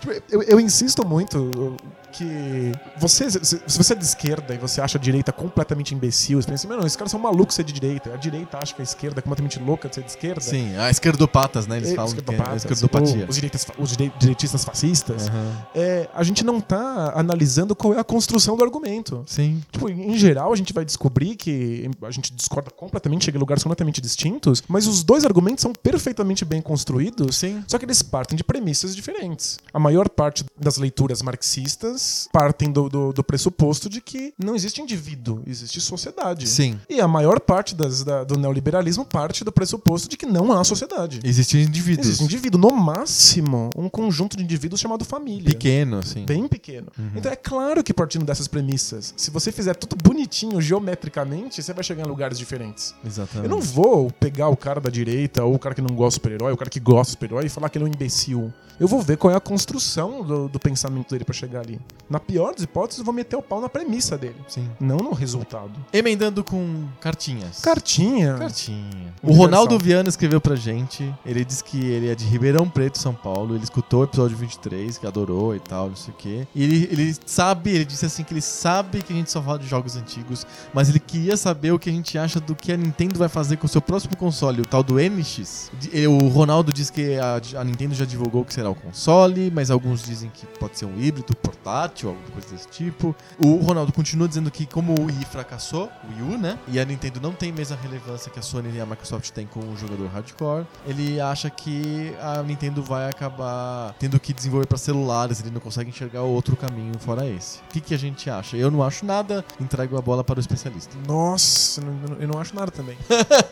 S3: Tipo, eu, eu insisto muito que você, se se você é de esquerda e você acha a direita completamente imbecil, você pensa assim, "Meu, não, esses caras são malucos de ser de direita. A direita acha que a esquerda é completamente louca de ser de esquerda.
S2: Sim, a esquerdopatas, né? Eles
S3: Eh,
S2: falam que é a
S3: esquerdopatas,
S2: esquerdopatia.
S3: ou Os, direitas- os direi- direitistas fascistas.
S2: Aham.
S3: é, a gente não tá analisando qual é a construção do argumento.
S2: Sim.
S3: Tipo, em geral, a gente vai descobrir que a gente discorda completamente, chega em lugares completamente distintos, mas os dois argumentos são perfeitamente bem construídos,
S2: Sim.
S3: só que eles partem de premissas diferentes. A maior parte das leituras marxistas partem do, do, do pressuposto de que não existe indivíduo, existe sociedade.
S2: Sim.
S3: E a maior parte das- da- do neoliberalismo parte do pressuposto de que não há sociedade.
S2: Existem indivíduos.
S3: Existe um indivíduo, no máximo, um conjunto de indivíduos chamado família.
S2: Pequeno, assim.
S3: Bem pequeno. Então é claro que partindo dessas premissas, se você fizer tudo bonitinho geometricamente, você vai chegar em lugares diferentes.
S2: Exatamente.
S3: Eu não vou pegar o cara da direita, ou o cara que não gosta de super-herói, ou o cara que gosta de super-herói e falar que ele é um imbecil. Eu vou ver qual é a construção do, do pensamento dele pra chegar ali. Na pior das hipóteses, eu vou meter o pau na premissa dele.
S2: Sim.
S3: Não no resultado.
S2: Emendando com cartinhas.
S3: Cartinha.
S2: Cartinha. O
S3: Universal.
S2: Ronaldo Viana escreveu pra gente. Ele disse que ele é de Ribeirão Preto, São Paulo. Ele escutou o episódio 23, que adorou e tal, não sei o quê. E ele, ele sabe, ele disse assim que ele sabe que a gente só fala de jogos antigos, mas ele queria saber o que a gente acha do que a Nintendo vai fazer com o seu próximo console, o tal do NX. De- e O Ronaldo diz que a, a Nintendo já divulgou que será o console, mas alguns dizem que pode ser um híbrido, portátil, alguma coisa desse tipo. O Ronaldo continua dizendo que como o Wii fracassou, o Wii U, né? E a Nintendo não tem mesma relevância que a Sony e a Microsoft têm com o jogador hardcore, ele acha que a Nintendo vai acabar tendo que desenvolver para celulares, ele não consegue enxergar outro caminho fora esse. O que, que a gente acha? Eu não acho nada, entrego a bola para o especialista.
S3: Nossa, eu não- eu não acho nada também.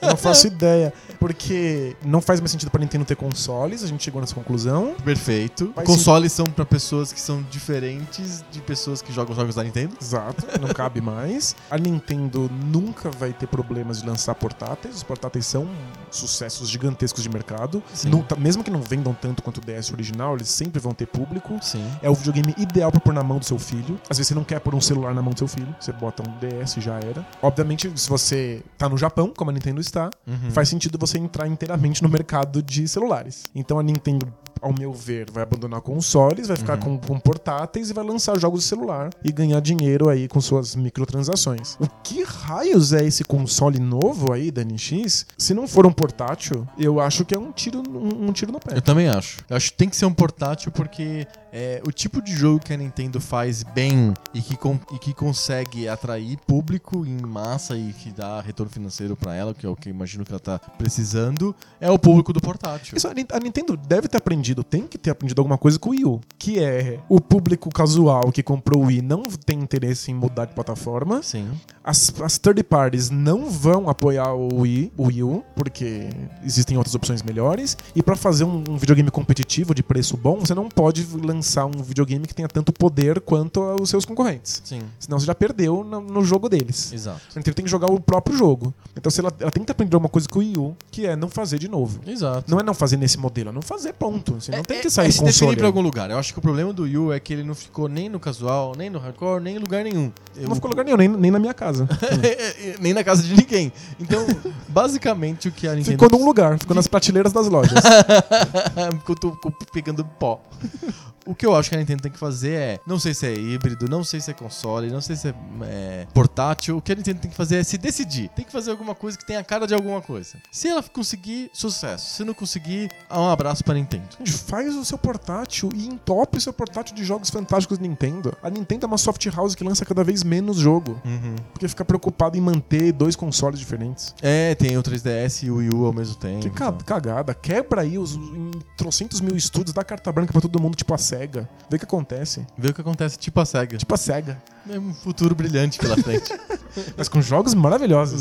S3: Eu não faço ideia. Porque não faz mais sentido pra Nintendo ter consoles, a gente chegou nessa conclusão.
S2: Perfeito.
S3: Faz
S2: Consoles são para pessoas que são diferentes de pessoas que jogam jogos da Nintendo.
S3: Exato, não cabe mais. A Nintendo nunca vai ter problemas de lançar portáteis. Os portáteis são sucessos gigantescos de mercado.
S2: Sim.
S3: Não tá- mesmo que não vendam tanto quanto o DS original, eles sempre vão ter público.
S2: Sim.
S3: É o videogame ideal pra pôr na mão do seu filho. Às vezes você não quer pôr um celular na mão do seu filho, você bota um DS e já era. Obviamente, se você tá no Japão, como a Nintendo está, faz sentido você entrar inteiramente no mercado de celulares. Então a Nintendo, ao meu ver, vai abandonar consoles, vai ficar com, com portáteis e vai lançar jogos de celular e ganhar dinheiro aí com suas microtransações. O que raios é esse console novo aí da NX? Se não for um portátil, eu acho que é um tiro, um, um tiro no pé.
S2: Eu também acho. Eu acho que tem que ser um portátil porque é, o tipo de jogo que a Nintendo faz bem e que, con- e que consegue atrair público em massa e que dá retorno financeiro pra ela, que é o que eu imagino que ela tá precisando, é o público do portátil.
S3: Isso, a Nin- a Nintendo deve ter aprendido, tem que ter aprendido alguma coisa com o Wii U, que é o público casual que comprou o Wii não tem interesse em mudar de plataforma,
S2: Sim.
S3: As, as third parties não vão apoiar o Wii, o Wii U, porque existem outras opções melhores. E pra fazer um, um videogame competitivo de preço bom, você não pode lançar um videogame que tenha tanto poder quanto os seus concorrentes.
S2: Sim.
S3: Senão você já perdeu no, no jogo deles.
S2: Exato.
S3: A Nintendo tem que jogar o próprio jogo. Então se ela, ela tem que aprender uma coisa com o Wii U, que é não fazer de novo.
S2: Exato.
S3: Não é não fazer nesse modelo, é não fazer ponto. Você não tem
S2: É-
S3: que sair
S2: é
S3: com
S2: se
S3: console.
S2: definir pra algum lugar. Eu acho que o problema do Yu é que ele não ficou nem no casual, nem no hardcore, nem em lugar nenhum. Eu-
S3: Não ficou lugar nenhum, nem, nem na minha casa.
S2: <laughs> nem na casa de ninguém.
S3: <laughs>
S2: Então, basicamente o que a Nintendo
S3: ficou num lugar, ficou nas prateleiras das
S2: <laughs>
S3: lojas.
S2: É, Porque eu tô co- pegando pó. O que eu acho que a Nintendo tem que fazer é. Não sei se é híbrido, não sei se é console, não sei se é, é, portátil. O que a Nintendo tem que fazer é se decidir. Tem que fazer alguma coisa que tenha a cara de alguma coisa. Se ela conseguir, sucesso. Se não conseguir, ah, um abraço pra Nintendo.
S3: Gente, Faz o seu portátil e entope o seu portátil de jogos fantásticos Nintendo. A Nintendo é uma soft house que lança cada vez menos jogo,
S2: Uhum.
S3: porque fica preocupada em manter dois consoles diferentes.
S2: É, tem o 3DS e o Wii U ao mesmo tempo.
S3: Que ca- cagada. Quebra aí os em trocentos mil estudos, dá carta branca pra todo mundo, tipo a SEGA. Vê o que acontece.
S2: Vê o que acontece, tipo a SEGA.
S3: Tipo a SEGA.
S2: É um futuro brilhante pela frente.
S3: Mas com jogos maravilhosos.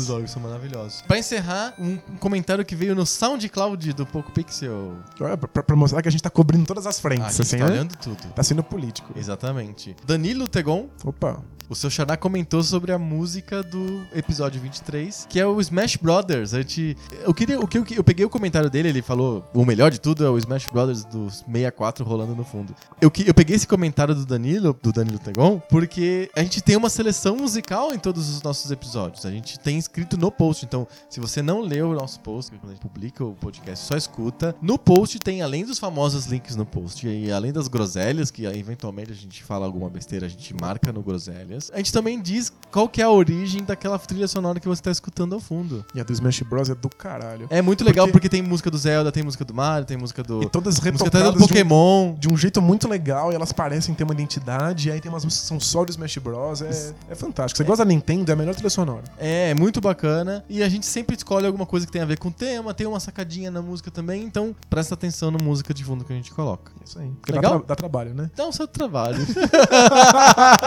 S2: <laughs> Os jogos são maravilhosos. Pra encerrar, um comentário que veio no SoundCloud do Poco Pixel.
S3: Olha, Pra, pra mostrar que a gente tá cobrindo todas as
S2: Ah, a
S3: frentes,
S2: gente
S3: assim,
S2: tá
S3: né?
S2: olhando tudo.
S3: Tá sendo político.
S2: Exatamente. Danilo Tegon,
S3: Opa.
S2: o seu xará comentou sobre a música do episódio 23, que é o Smash Brothers. A gente, eu queria, o que eu, eu peguei o comentário dele, ele falou, o melhor de tudo é o Smash Brothers dos 64 rolando no fundo. Eu, que- eu peguei esse comentário do Danilo, do Danilo Tegon, porque a gente tem uma seleção musical em todos os nossos episódios. A gente tem escrito no post, então se você não leu o nosso post, quando a gente publica o podcast, só escuta. No post tem, além dos famosos links no post, e além das groselhas, que eventualmente a gente fala alguma besteira, a gente marca no groselhas, a gente também diz qual que é a origem daquela trilha sonora que você tá escutando ao fundo.
S3: E a do Smash Bros é do caralho.
S2: É muito legal porque, tem música do Zelda, tem música do Mario, tem música do...
S3: E todas
S2: É. Música até
S3: retocadas
S2: do
S3: de um-
S2: Pokémon.
S3: de um jeito muito legal e elas parecem ter uma identidade. E aí tem umas músicas que são só do Smash Bros. É, é fantástico. Você gosta da Nintendo, é a melhor trilha sonora.
S2: É, é muito bacana. E a gente sempre escolhe alguma coisa que tem a ver com o tema, tem uma sacadinha na música também, então presta atenção na música de fundo que a gente coloca.
S3: É Isso aí. Porque dá,
S2: Legal?
S3: tra- dá trabalho, né?
S2: Dá o seu trabalho. <laughs>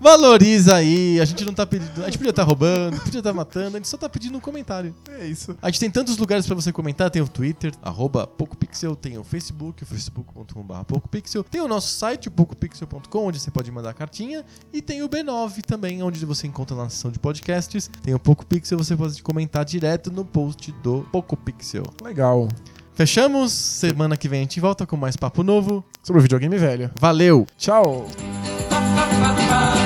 S2: Valoriza aí. A gente não tá pedindo. A gente podia estar roubando, podia estar matando, a gente só tá pedindo um comentário.
S3: É isso.
S2: A gente tem tantos lugares pra você comentar. Tem o Twitter, arroba PocoPixel, tem o Facebook, o facebook.com.br PocoPixel, tem o nosso site, o PocoPixel.com, onde você pode mandar cartinha, e tem o B9 também, onde você encontra na seção de podcasts. Tem o PocoPixel, você pode comentar direto no post do PocoPixel.
S3: Legal.
S2: Fechamos. Semana que vem a gente volta com mais papo novo.
S3: Sobre o videogame velho.
S2: Valeu!
S3: Tchau.
S1: Papo
S4: pa, pa, pa.